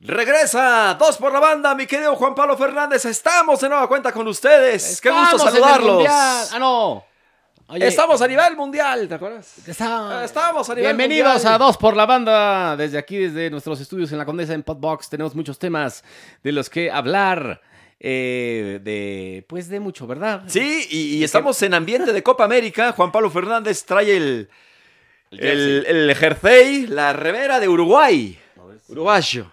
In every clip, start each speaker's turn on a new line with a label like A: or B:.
A: Regresa, dos por la banda, mi querido Juan Pablo Fernández. Estamos de nueva cuenta con ustedes. Qué gusto
B: Estamos en el
A: saludarlos.
B: Mundial. Ah, no. Oye,
A: Estamos a nivel mundial, ¿te acuerdas?
B: está-
A: Estamos a nivel
B: Bienvenidos
A: mundial.
B: a Dos por la Banda. Desde aquí, desde nuestros estudios en la Condesa, en Podbox, tenemos muchos temas de los que hablar. eh, de, pues de mucho, ¿verdad?
A: Sí, y, y estamos en ambiente de Copa América. Juan Pablo Fernández trae el, el, el jersey, la remera de Uruguay. Uruguayo.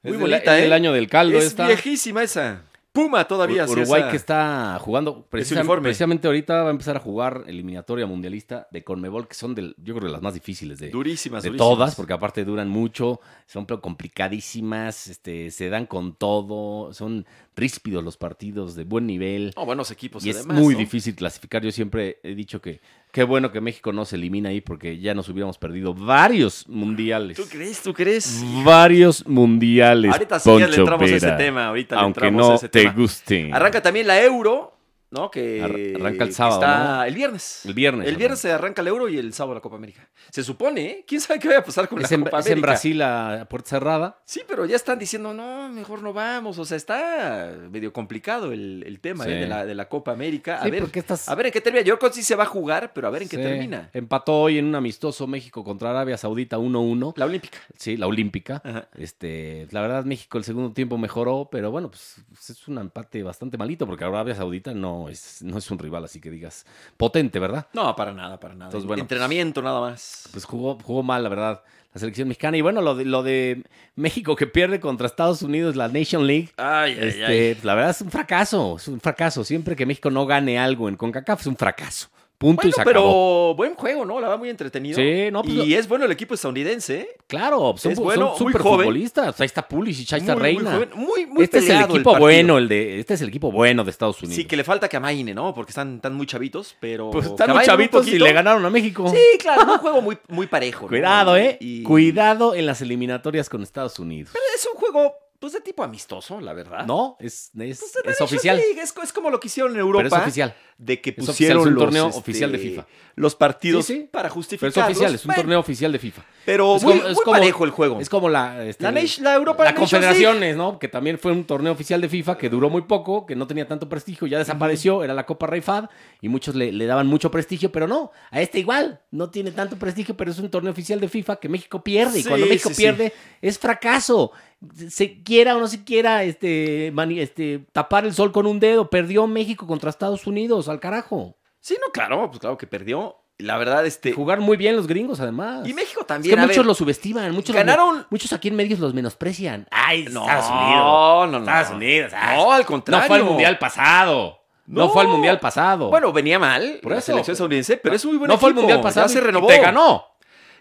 B: Es
A: Muy
B: del-
A: bonita,
B: es
A: ¿eh?
B: del año del caldo
A: Es
B: esta.
A: viejísima esa. Puma todavía. sí,
B: Uruguay
A: esa.
B: que está jugando precisam-
A: uniforme.
B: precisamente ahorita va a empezar a jugar eliminatoria mundialista de Conmebol, que son del, yo creo de las más difíciles de,
A: Durísimas,
B: de
A: durísimas.
B: todas, porque aparte duran mucho, son pero complicadísimas, este, se dan con todo, son ríspidos los partidos de buen nivel.
A: No, buenos equipos
B: y es
A: Pues además,
B: muy
A: ¿no?
B: difícil clasificar. Yo siempre he dicho que qué bueno que México no se elimina ahí porque ya nos hubiéramos perdido varios mundiales.
A: ¿Tú crees? ¿Tú crees?
B: Varios mundiales.
A: Ahorita sí ya le
B: Poncho
A: entramos a ese
B: Vera,
A: tema, ahorita le
B: Aunque
A: entramos a
B: no
A: ese
B: te
A: tema.
B: guste.
A: Arranca también la Euro, ¿no? Que
B: Ar- arranca el
A: que
B: sábado,
A: está
B: ¿no?
A: el viernes.
B: El viernes,
A: El viernes se arranca el Euro y el sábado la Copa América. Se supone, ¿eh? ¿Quién sabe qué vaya a pasar con
B: Es
A: la
B: en,
A: Copa
B: es en
A: América?
B: Brasil a puerta cerrada.
A: Sí, pero ya están diciendo, no, mejor no vamos. O sea, está medio complicado el, el tema
B: Sí.
A: ¿eh? de, la, de la Copa América. A,
B: Sí,
A: ver,
B: porque estas-
A: a ver en qué termina. Yo creo que sí se va a jugar, pero a ver en qué
B: Sí.
A: termina.
B: Empató hoy en un amistoso México contra Arabia Saudita 1-1.
A: La Olímpica.
B: Sí, la olímpica.
A: Ajá.
B: Este, la verdad, México el segundo tiempo mejoró, pero bueno, pues es un empate bastante malito, porque Arabia Saudita no es, no es un rival, así que digas, potente, ¿verdad?
A: No, para nada, para nada.
B: Entonces, bueno,
A: Entrenamiento nada más.
B: Pues jugó, jugó mal, la verdad, la selección mexicana. Y bueno, lo de, lo de México que pierde contra Estados Unidos, la Nation League.
A: ay, ay,
B: Este,
A: ay.
B: pues, la verdad es un fracaso, es un fracaso. Siempre que México no gane algo en CONCACAF es un fracaso. Punto y
A: Bueno,
B: se
A: pero
B: acabó.
A: buen juego, ¿no? La va muy entretenido.
B: Sí, no, pues
A: y
B: lo-
A: es bueno el equipo estadounidense, ¿eh?
B: Claro, son,
A: es bueno, muy
B: son superfutbolistas. ahí está Pulisic, ahí está
A: muy,
B: Reina.
A: Muy, joven, muy, muy
B: este es el
A: peleado
B: equipo
A: partido.
B: bueno, el de, este es el equipo bueno de Estados Unidos.
A: Sí, que le falta que amaine, ¿no? Porque están, están muy chavitos, pero.
B: Pues
A: que
B: están los
A: amainen un
B: chavitos y
A: poquito.
B: le ganaron a México.
A: Sí, claro, es un juego muy, muy parejo. ¿no?
B: Cuidado, eh.
A: Y-
B: Cuidado en las eliminatorias con Estados Unidos.
A: Es un juego, pues, de tipo amistoso, la verdad.
B: No, es, es,
A: Pues,
B: es
A: la Nations
B: oficial.
A: League es, co- es como lo que hicieron en Europa.
B: Pero es oficial.
A: De que
B: Es
A: pusieron
B: oficial, es un
A: los,
B: torneo
A: este,
B: oficial de FIFA.
A: Los partidos
B: Sí, sí.
A: para
B: Pero
A: justificar.
B: es oficial, es un torneo oficial de FIFA.
A: Pero
B: Es
A: muy,
B: como- es
A: muy
B: como-
A: parejo el juego.
B: Es como la, este,
A: La Nation- la Europa
B: la
A: Nations League.
B: Confederaciones, ¿no? Que también fue un torneo oficial de FIFA que duró muy poco, que no tenía tanto prestigio, ya desapareció, era la Copa Rey Fad y muchos le, le daban mucho prestigio, pero no, a este igual, no tiene tanto prestigio, pero es un torneo oficial de FIFA que México pierde y
A: Sí,
B: cuando México
A: sí, sí.
B: pierde es fracaso. Se quiera o no se quiera este, mani- este, tapar el sol con un dedo, perdió México contra Estados Unidos, al carajo.
A: Sí, no, claro, pues claro que perdió. La verdad, este.
B: Jugar muy bien los gringos, además.
A: Y México
B: Es
A: también.
B: que
A: a
B: muchos
A: ver,
B: los subestiman, muchos, los-
A: ganaron-
B: muchos aquí en medios los menosprecian. Ay,
A: No,
B: Estados Unidos.
A: no, no.
B: Estados Unidos, ah,
A: No, al contrario.
B: No fue al mundial pasado. No,
A: No.
B: fue al mundial pasado.
A: Bueno, venía mal
B: Por
A: la
B: eso.
A: selección estadounidense, pero es muy buen
B: no
A: equipo.
B: fue al mundial pasado.
A: Ya se
B: y- y
A: renovó.
B: Te ganó.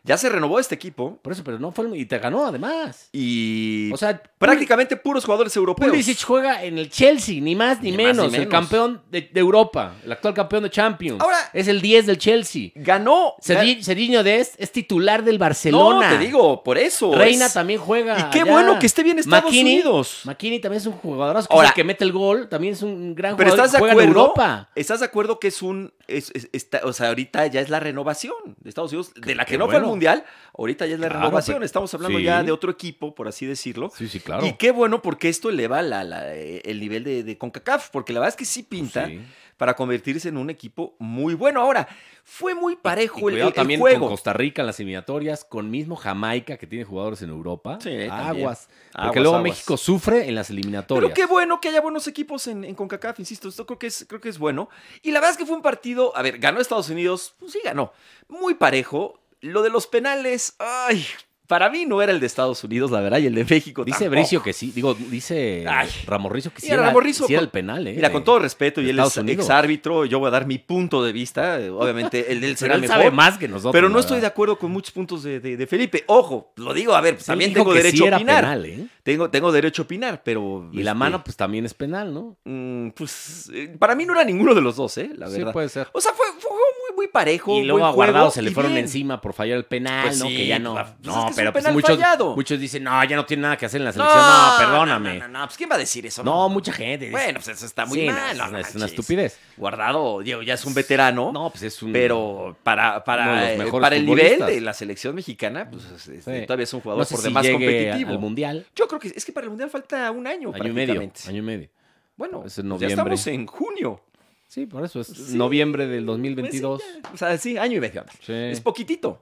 A: Ya se renovó este equipo
B: Por eso, pero no fue al- y te ganó además.
A: y
B: O sea,
A: prácticamente puros jugadores europeos.
B: Pulisic juega en el Chelsea, ni más ni,
A: Ni más
B: menos,
A: ni
B: El
A: menos.
B: campeón de, de Europa, el actual campeón de Champions.
A: Ahora-
B: es el 10 del Chelsea.
A: Ganó.
B: Cedi- Cediño Dest es titular del
A: no,
B: Barcelona.
A: te digo, por eso.
B: Reina
A: es-
B: también juega.
A: Y qué
B: allá.
A: bueno que esté bien Estados
B: McKinney-
A: Unidos.
B: McKinney también es un jugadorazo que,
A: Ahora-
B: es el que mete el gol, también es un gran
A: Pero
B: jugador
A: estás de
B: que juega en
A: acuerdo.
B: Europa.
A: ¿Estás de acuerdo que es un. es- es- está- o sea, ahorita ya es la renovación de Estados Unidos, de la que
B: qué
A: no fue
B: bueno.
A: al mundial. Ahorita ya es la
B: Claro,
A: renovación.
B: pero-
A: Estamos hablando
B: sí.
A: ya de otro equipo, por así decirlo.
B: Sí, sí, claro.
A: Y qué bueno porque esto eleva la- la- eh, el nivel de, de CONCACAF, porque la verdad es que sí pinta
B: Pues Sí.
A: para convertirse en un equipo muy bueno. Ahora, fue muy parejo
B: Y
A: el-
B: cuidado
A: el, el
B: también
A: juego.
B: con Costa Rica en las eliminatorias, con mismo Jamaica que tiene jugadores en Europa.
A: Sí, también.
B: aguas. Porque
A: Aguas,
B: luego
A: aguas.
B: México sufre en las
A: Pero
B: eliminatorias.
A: qué bueno que haya buenos equipos en, en CONCACAF, insisto, esto creo que, es, creo que es bueno. Y la verdad es que fue un partido, a ver, ganó Estados Unidos, pues sí ganó, muy parejo. Lo de los penales, ay, para mí no era el de Estados Unidos, la verdad, y el de México
B: Dice
A: tampoco.
B: Bricio que sí, digo, dice
A: Ay.
B: Ramos Rizo que sí
A: Mira,
B: era,
A: Ramos Rizzo
B: sí era
A: con-
B: el penal, ¿eh?
A: Mira,
B: de-
A: con todo respeto, y
B: de
A: él
B: Estados
A: es
B: Unidos.
A: ex árbitro, yo voy a dar mi punto de vista, eh, obviamente el de él
B: Pero
A: será
B: él
A: mejor.
B: sabe más que nosotros.
A: Pero no
B: la
A: estoy de
B: verdad.
A: acuerdo con muchos puntos de, de- de Felipe. Ojo, lo digo, a ver,
B: Él
A: también
B: dijo
A: tengo
B: que sí
A: derecho a
B: era
A: opinar.
B: penal, ¿eh?
A: Tengo, tengo derecho a opinar, pero.
B: Y la
A: este,
B: mano, pues también es penal, ¿no?
A: mm, pues eh, para mí no era ninguno de los dos, ¿eh? La
B: Sí,
A: verdad.
B: puede ser.
A: O sea, fue, fue un juego muy, muy parejo.
B: Y luego
A: buen
B: a Guardado
A: juego,
B: se le
A: y
B: fueron
A: bien.
B: encima por fallar el penal,
A: Pues
B: ¿no?
A: sí,
B: que ya no.
A: pues es que
B: no,
A: es un
B: pero pues
A: penal
B: muchos,
A: fallado.
B: muchos dicen, no, ya no tiene nada que hacer en la selección. No, perdóname.
A: No,
B: No,
A: no, no, pues ¿quién va a decir eso?
B: mucha gente. dice,
A: Bueno, pues eso está muy
B: sí, no,
A: mal.
B: es
A: no
B: una- es una
A: manches.
B: estupidez.
A: Guardado, Diego, ya es un veterano.
B: No, pues es un.
A: Pero para,
B: Uno de
A: para,
B: los
A: eh,
B: mejores
A: para el nivel
B: futbolistas.
A: de la selección mexicana, pues es- es-
B: Sí.
A: todavía es un jugador
B: no sé
A: por
B: si
A: demás
B: llegue
A: competitivo.
B: al mundial.
A: Yo creo que es que para el Mundial falta un año.
B: Año y medio.
A: prácticamente.
B: Año y medio.
A: Bueno,
B: Es
A: pues ya
B: en noviembre.
A: estamos en junio.
B: Sí, por eso es
A: Sí.
B: noviembre
A: Pues
B: del
A: sí,
B: 2022.
A: ya, o sea, sí, año y medio.
B: Sí.
A: Es poquitito.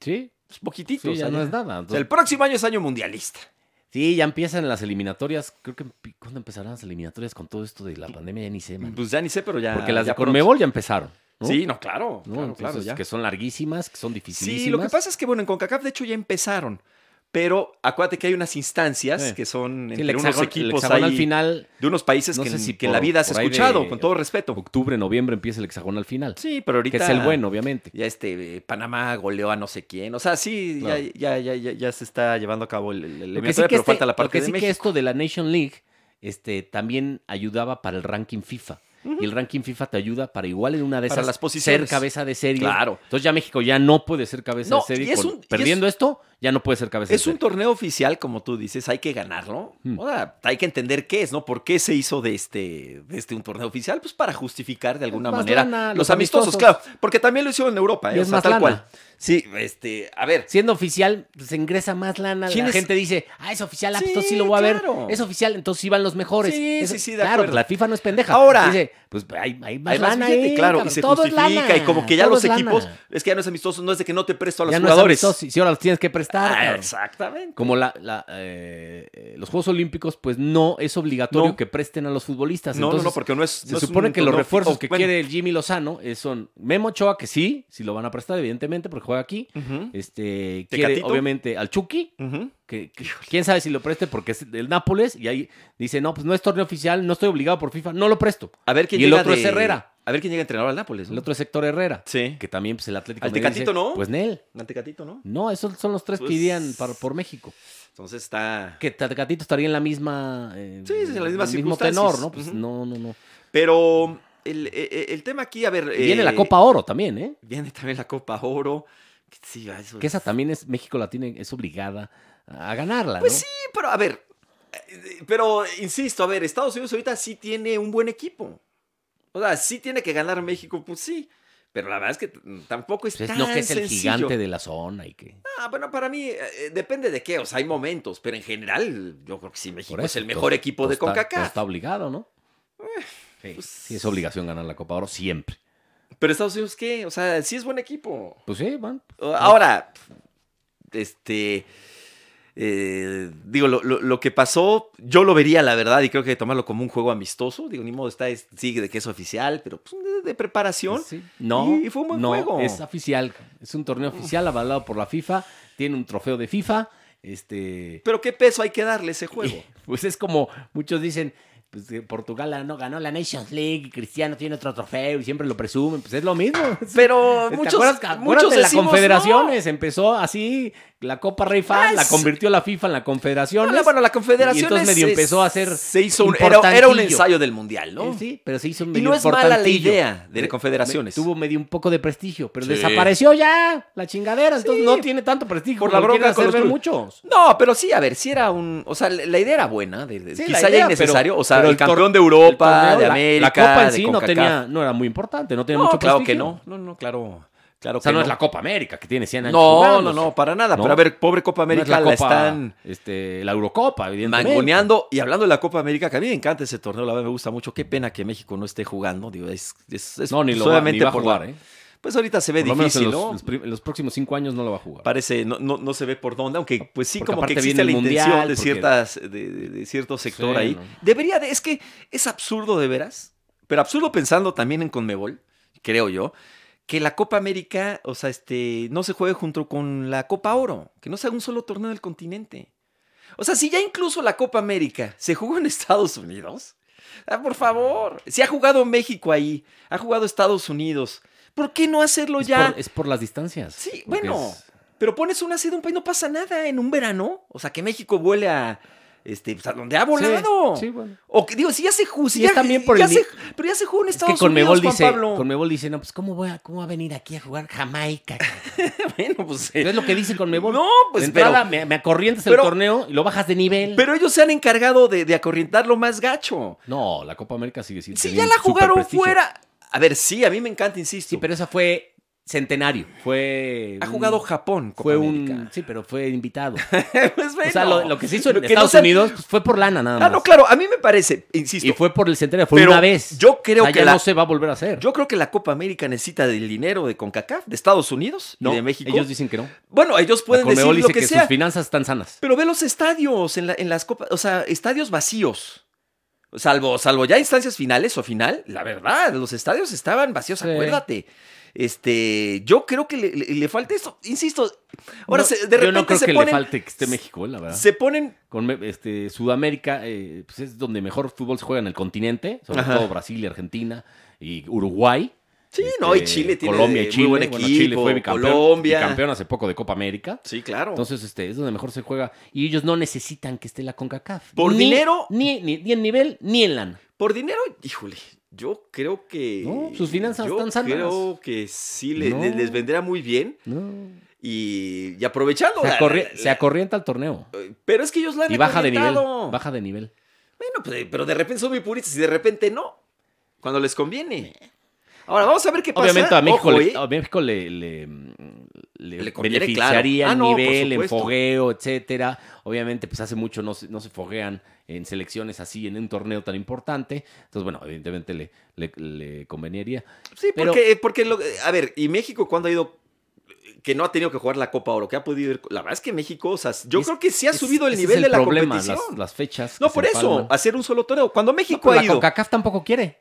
B: Sí,
A: Es poquitito.
B: sí,
A: o sea,
B: ya no
A: ya-
B: es nada.
A: o sea,
B: Entonces,
A: el próximo año es año mundialista.
B: Sí, ya empiezan las eliminatorias. Creo que empi- ¿cuándo empezarán las eliminatorias con todo esto de la pandemia? Ya ni sé, man.
A: Pues ya ni sé, pero ya.
B: Porque las
A: ya
B: de
A: pronto.
B: Conmebol ya empezaron. ¿no?
A: Sí, no, claro.
B: ¿no?
A: claro, claro,
B: Entonces,
A: ya.
B: que son larguísimas, que son dificilísimas.
A: Sí, lo que pasa es que, bueno, en CONCACAF, de hecho, ya empezaron. Pero acuérdate que hay unas instancias
B: Sí.
A: que son
B: Sí,
A: entre
B: el
A: unos
B: hexagon- el
A: equipos
B: hexagonal
A: ahí
B: final,
A: de unos países
B: no
A: que,
B: sé
A: en-
B: si
A: que en la
B: por-
A: vida has
B: por ahí
A: escuchado,
B: de
A: con todo respeto.
B: octubre, noviembre empieza el hexagonal final.
A: Sí, pero ahorita.
B: Que es el bueno, obviamente.
A: Ya este, eh, Panamá goleó a no sé quién. O sea, sí, ya-
B: Claro.
A: ya, ya, ya, ya se está llevando a cabo el, el- el
B: Lo que
A: eliminatoria,
B: sí que,
A: pero
B: este-
A: falta la
B: lo
A: parte
B: que
A: de
B: sí que
A: México.
B: esto de la Nation League este, también ayudaba para el ranking FIFA. Y el ranking FIFA te ayuda para igual en una de
A: Para
B: esas
A: las posiciones.
B: ser cabeza de serie.
A: Claro.
B: Entonces ya México ya no puede ser cabeza
A: No,
B: de serie.
A: y es
B: con-
A: un- y es-
B: perdiendo esto, ya no puede ser cabeza de
A: Es
B: serie.
A: un torneo oficial, como tú dices, hay que ganarlo.
B: eh. Hmm.
A: Ahora, hay que entender qué es, ¿no? ¿Por qué se hizo de este, de este un torneo oficial? Pues para justificar de alguna
B: más
A: manera
B: lana,
A: los,
B: los
A: amistosos,
B: amistosos.
A: claro. Porque también lo hicieron en Europa, ¿eh?
B: Y
A: O
B: es
A: sea,
B: más
A: tal
B: lana.
A: cual. Sí, este, a ver.
B: Siendo oficial, se ingresa más lana.
A: ¿Quién
B: La
A: es?
B: gente dice, ah, es oficial, ah,
A: Sí,
B: entonces sí lo voy a
A: claro.
B: ver. Es oficial, entonces sí van los mejores.
A: Sí,
B: Es-
A: sí, sí, de
B: Claro, pues,
A: acuerdo.
B: la FIFA no es pendeja.
A: Ahora.
B: Dice, pues hay, hay más
A: Hay más
B: lana
A: billete,
B: ahí,
A: claro, y
B: cabrón,
A: se
B: todo es
A: justifica, y
B: lana,
A: como que ya
B: todo
A: los
B: es lana.
A: equipos, es que ya no es amistoso, no es de que no te presto a los
B: Ya no es
A: jugadores.
B: amistoso, si ahora los tienes que prestar.
A: Ah,
B: cabrón.
A: exactamente.
B: Como la, la, eh, eh, los Juegos Olímpicos, pues no es obligatorio
A: No.
B: que presten a los futbolistas.
A: No,
B: Entonces,
A: no, no, porque no es.
B: Se
A: no es
B: supone
A: un
B: que los
A: torneo-
B: refuerzos
A: o,
B: que
A: bueno,
B: quiere el Jimmy Lozano eh, son Memo Ochoa, que sí, sí lo van a prestar, evidentemente, porque juega aquí.
A: Ujú.
B: Este, quiere
A: Tecatito.
B: obviamente al Chucky,
A: Ujú.
B: que, que- quién sabe si lo preste porque es del Nápoles y ahí dice, no, pues no es torneo oficial, no estoy obligado por FIFA, no lo presto.
A: A ver quién
B: Y el
A: llega
B: otro es
A: de-
B: Herrera.
A: A ver quién llega entrenador al Nápoles. ¿no?
B: El otro es Héctor Herrera,
A: Sí.
B: que también pues el Atlético
A: Al
B: de Madrid
A: Tecatito, ¿no?
B: Pues Nel,
A: Antecatito, ¿no?
B: no, esos son los tres
A: Pues-
B: que irían para- por México.
A: Entonces está.
B: Que Tecatito estaría en la misma... eh,
A: Sí, sí, en las mismas
B: el mismo
A: circunstancias.
B: tenor, ¿no? Pues
A: Ujú.
B: no, no, no.
A: Pero el, eh, el tema aquí, a ver.
B: Y viene
A: eh,
B: la Copa Oro también, ¿eh?
A: Viene también la Copa Oro. Sí, ah, eso-
B: Que esa también es, México la tiene, es obligada a ganarla,
A: Pues
B: ¿no?
A: sí, pero a ver. eh, Pero insisto, a ver, Estados Unidos ahorita sí tiene un buen equipo. O sea, sí tiene que ganar México, pues sí. Pero la verdad es que t- tampoco es
B: Pues es-
A: tan
B: no que es el
A: sencillo.
B: gigante de la zona y que...
A: Ah, bueno, para mí eh, depende de qué, o sea, hay momentos, pero en general yo creo que sí México
B: Por
A: es
B: eso,
A: pues el mejor
B: todo-
A: equipo
B: todo
A: de
B: está- todo
A: CONCACAF.
B: Está obligado, ¿no? Sí,
A: pues-
B: sí, es obligación ganar la Copa Oro siempre.
A: Pero Estados Unidos qué, o sea, sí es buen equipo.
B: Pues sí, van.
A: Ah, Ahora, este, eh, digo, lo, lo- lo que pasó, yo lo vería, la verdad, y creo que tomarlo como un juego amistoso. Digo, ni modo, está, es- sigue de que es oficial, pero pues, de, de preparación.
B: Sí. No,
A: Y fue un buen
B: no,
A: juego.
B: es oficial. Es un torneo oficial avalado por la FIFA. Tiene un trofeo de FIFA. Este,
A: Pero qué peso hay que darle a ese juego.
B: pues es como muchos dicen, pues que Portugal no ganó la Nations League, y Cristiano tiene otro trofeo y siempre lo presumen. Pues es lo mismo.
A: Pero
B: ¿Te
A: muchos,
B: acuerdas, acuérdate
A: muchos
B: de las
A: decimos,
B: confederaciones? Empezó así la Copa Rey
A: Ah,
B: Fan, la
A: sí.
B: convirtió la FIFA en la
A: "No".
B: confederación.
A: No, la- bueno, la confederación
B: Y entonces
A: es-
B: medio
A: es-
B: empezó a hacer
A: se hizo un, era, era un
B: importantillo.
A: ensayo del mundial, ¿no?
B: Sí, pero se hizo
A: Y
B: medio
A: no es mala la
B: importantillo.
A: idea de
B: Me-
A: confederaciones.
B: Tuvo medio un poco de prestigio, pero
A: Sí.
B: desapareció ya la chingadera, entonces
A: Sí.
B: no tiene tanto prestigio.
A: Por la
B: como
A: bronca
B: quieren
A: con
B: hacer
A: los
B: ver
A: tru-
B: muchos.
A: No, pero sí, a ver, sí era un. O sea, la la idea era buena. de- de-
B: Sí, la
A: quizá
B: idea,
A: ya innecesario.
B: pero-
A: o sea,
B: pero
A: el,
B: el tor-
A: campeón de
B: El
A: Europa,
B: torneo,
A: de
B: la-
A: América.
B: La Copa en
A: de
B: sí no
A: CONCACAF.
B: tenía, no era muy importante, no tenía
A: No,
B: mucho
A: claro que
B: prestigio.
A: no. No, no, claro. claro
B: O sea,
A: que
B: no, es la Copa América que tiene 100 años.
A: No,
B: jugando,
A: no,
B: o sea,
A: no, para nada.
B: No.
A: Pero a ver, pobre Copa
B: no
A: América
B: es la,
A: la,
B: Copa,
A: están
B: este, la Eurocopa, evidentemente.
A: mangoneando. Y hablando de la Copa América, que a mí me encanta ese torneo, la verdad me gusta mucho. Qué pena que México no esté jugando. Digo, es, es- es
B: No, ni lo va,
A: solamente
B: ni va a
A: por la-
B: jugar, ¿eh?
A: Pues ahorita se ve
B: Por lo menos en
A: difícil,
B: los,
A: ¿no?
B: los prim- los próximos 5 años no lo va a jugar.
A: Parece, no, no, no se ve por dónde, aunque pues sí,
B: Porque
A: como que
B: aparte
A: existe la
B: viene el
A: intención
B: Mundial,
A: de,
B: porque-
A: ciertas, de, de- de cierto sector
B: Sí,
A: ahí.
B: ¿no?
A: Debería de, es que es absurdo de veras, pero absurdo pensando también en Conmebol, creo yo, que la Copa América, o sea, este, no se juegue junto con la Copa Oro, que no se haga un solo torneo del continente. O sea, si ya incluso la Copa América se jugó en Estados Unidos, ah, por favor, si ha jugado México ahí, ha jugado Estados Unidos, ¿por qué no hacerlo
B: es,
A: ya?
B: por, es por las distancias.
A: Sí,
B: porque
A: bueno.
B: es-
A: Pero pones una sede de un país, no pasa nada en un verano. O sea, que México vuele a, este, pues, a donde ha volado.
B: Sí, bueno.
A: O que digo, si ya se jugó, si
B: Y es
A: ya,
B: también por
A: ya
B: el-
A: se- pero ya se jugó en
B: Es
A: Estados
B: que Conmebol
A: Unidos, Juan
B: dice,
A: Pablo.
B: Conmebol dice, no, pues ¿cómo, voy a, ¿cómo va a venir aquí a jugar Jamaica?
A: Bueno, pues, eh,
B: Es lo que dice Conmebol.
A: No, pues,
B: De entrada,
A: pero-
B: me, me acorrientas
A: pero-
B: el torneo y lo bajas de nivel.
A: pero ellos se han encargado de, de acorrientarlo más gacho.
B: no, la Copa América sigue siendo
A: Si ya
B: teniendo
A: la
B: súper
A: jugaron
B: prestigio.
A: fuera. A ver, sí, a mí me encanta, insisto.
B: Sí, pero esa fue centenario. Fue
A: ha
B: un-
A: jugado Japón, Copa
B: fue un
A: América.
B: sí, pero fue invitado.
A: Pues,
B: o sea,
A: bueno.
B: lo, lo que se hizo en
A: Lo que no
B: Estados
A: se-
B: Unidos pues, fue por lana nada más.
A: Ah, no, claro, a mí me parece, insisto.
B: Y fue por el centenario, fue
A: Pero
B: una vez.
A: yo creo
B: O sea,
A: que
B: ya
A: la-
B: no se va a volver a hacer.
A: Yo creo que la Copa América necesita del dinero de CONCACAF, de Estados Unidos
B: no,
A: y de México.
B: ellos dicen que no.
A: bueno, ellos
B: La
A: pueden decir
B: Conmebol
A: lo
B: dice
A: que,
B: que,
A: sea.
B: sus finanzas están sanas.
A: Pero ve los estadios en, la- en las copas, o sea, estadios vacíos. Salvo, salvo ya instancias finales o final, la verdad, los estadios estaban vacíos,
B: Sí.
A: acuérdate. Este, yo creo que le, le- le falta esto, insisto. Ahora
B: No,
A: se- de repente
B: yo no creo
A: se
B: que
A: ponen,
B: le falte que esté México, eh, la verdad.
A: se ponen
B: Con me- este, Sudamérica eh, pues es donde mejor fútbol se juega en el continente, sobre
A: Ajá.
B: todo Brasil, y Argentina y Uruguay.
A: Sí,
B: Este,
A: no, y Chile tiene
B: Colombia y
A: muy
B: Chile.
A: buen
B: Bueno,
A: equipo,
B: Chile fue bicampeón,
A: Colombia.
B: bicampeón hace poco de Copa América.
A: Sí, claro.
B: Entonces, este, es donde mejor se juega. Y ellos no necesitan que esté la CONCACAF.
A: Por
B: Ni-
A: dinero.
B: Ni, ni- ni en nivel, ni en lana.
A: Por dinero, híjole, yo creo que
B: No, sus finanzas
A: yo
B: están sanas.
A: Creo que sí le-
B: No.
A: le- les vendría muy bien y, y aprovechando
B: Se,
A: la-
B: acorri-
A: la-
B: se acorrienta el torneo.
A: pero es que ellos la han
B: Y baja de nivel.
A: acorrientado.
B: Baja de nivel.
A: Bueno, pues, pero de repente son muy puristas y de repente no. Cuando les conviene. Ahora, vamos a ver qué pasa.
B: Obviamente a México,
A: Ojo,
B: le,
A: ¿eh?
B: a México le, le- le
A: Le conviene,
B: beneficiaría
A: claro. Ah,
B: el
A: no, por
B: nivel, en
A: supuesto.
B: fogueo, etcétera. Obviamente, pues hace mucho no se, no se foguean en selecciones así, en un torneo tan importante. Entonces, bueno, evidentemente le, le, le conveniría.
A: Sí,
B: pero-
A: porque, porque lo- a ver, ¿y México cuándo ha ido? Que no ha tenido que jugar la Copa Oro, que ha podido ir. La verdad es que México, o sea, yo
B: Es-
A: creo que sí ha
B: es-
A: subido el
B: ese
A: nivel
B: es
A: de la
B: problema,
A: competición.
B: Las, las fechas.
A: No,
B: que
A: por
B: se
A: eso,
B: empalman.
A: hacer un solo torneo. Cuando
B: No,
A: México
B: pero
A: ha
B: la
A: ido.
B: CONCACAF tampoco quiere.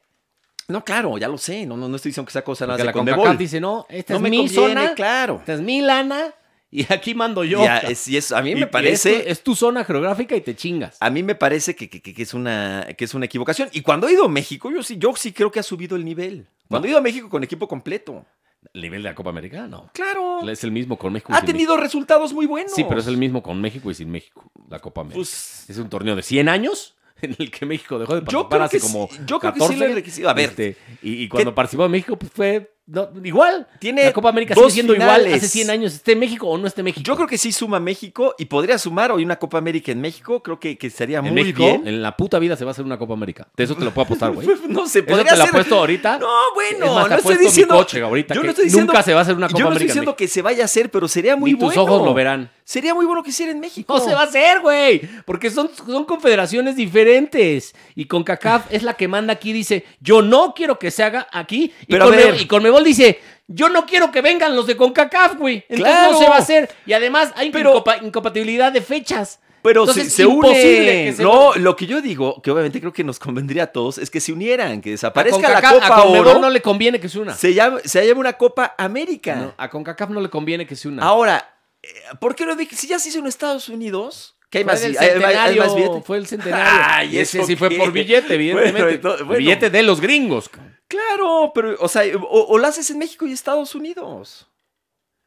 A: No, claro, ya lo sé. No, no, no estoy diciendo que sea cosa nada más de
B: Porque la
A: Conmebol.
B: CONCACAF dice, no, esta
A: No
B: es
A: me
B: mi
A: conviene,
B: zona,
A: claro.
B: esta es mi lana y aquí mando yo.
A: Ya, es- y es- a mí
B: Y- y
A: me parece. Ah,
B: es tu- es tu zona geográfica y te chingas.
A: A mí me parece que, que- que- que es, una, que es una equivocación. Y cuando he ido a México, yo sí, yo sí creo que ha subido el nivel. Cuando he ido a México con equipo completo.
B: ¿El nivel de la Copa América? No.
A: Claro.
B: Es el mismo con México. y
A: Ha
B: sin
A: tenido resultados muy buenos.
B: México. Sí, pero es el mismo con México y sin México, la Copa América.
A: Pues-
B: es un torneo de 100 años en el que México dejó de
A: Yo
B: participar
A: creo
B: hace
A: que sí,
B: como
A: yo creo que sí
B: 14.
A: le requisito. A ver,
B: Este, y, y cuando participó México, pues fue no, igual.
A: Tiene
B: la Copa América
A: dos
B: sigue siendo igual hace
A: finales.
B: 100 años, esté México o no esté México.
A: Yo creo que sí suma México y podría sumar hoy una Copa América en México. Creo que, que estaría
B: en
A: muy
B: México,
A: bien.
B: en la puta vida se va a hacer una Copa América. De eso te lo puedo apostar, güey.
A: No sé,
B: Eso
A: podría
B: te lo
A: ser-
B: apuesto ahorita.
A: No, bueno,
B: Es más, te
A: no estoy
B: apuesto mi
A: diciendo.
B: coche ahorita
A: yo
B: que
A: no estoy diciendo.
B: nunca se va a hacer una Copa
A: Yo no
B: América
A: estoy
B: en
A: diciendo
B: México.
A: que se vaya a hacer, pero sería muy
B: Ni tus
A: bueno.
B: ojos lo verán.
A: Sería muy bueno que hiciera en México.
B: No se va a hacer, güey. Porque son, son confederaciones diferentes. Y con CACAF es la que manda aquí, dice, yo no quiero que se haga aquí. Y,
A: Pero a
B: con,
A: ver.
B: y Conmebol dice, yo no quiero que vengan los de CONCACAF, güey. Entonces
A: Claro.
B: no se va a hacer. Y además hay
A: Pero-
B: incopa- incompatibilidad de fechas.
A: Pero
B: Entonces,
A: se, se
B: imposible
A: une.
B: que se-
A: no, lo que yo digo, que obviamente creo que nos convendría a todos, es que se unieran, que
B: A
A: desaparezca la
B: CONCACAF- a
A: Copa
B: Conmebol
A: Oro.
B: no le conviene que se una.
A: se, llame, se llame una Copa América.
B: No, a CONCACAF no le conviene que se una.
A: Ahora, eh, ¿por qué no dije? Si ya se hizo en Estados Unidos, que hay
B: Fue
A: más,
B: del
A: hay- hay- hay
B: centenario,
A: más billete.
B: fue el centenario.
A: Ay,
B: y ese
A: ¿eso
B: sí fue
A: qué?
B: por billete,
A: Bueno,
B: evidentemente.
A: entonces, bueno.
B: Billete de los gringos. cabrón.
A: Claro, pero, o sea, o, o la haces en México y Estados Unidos.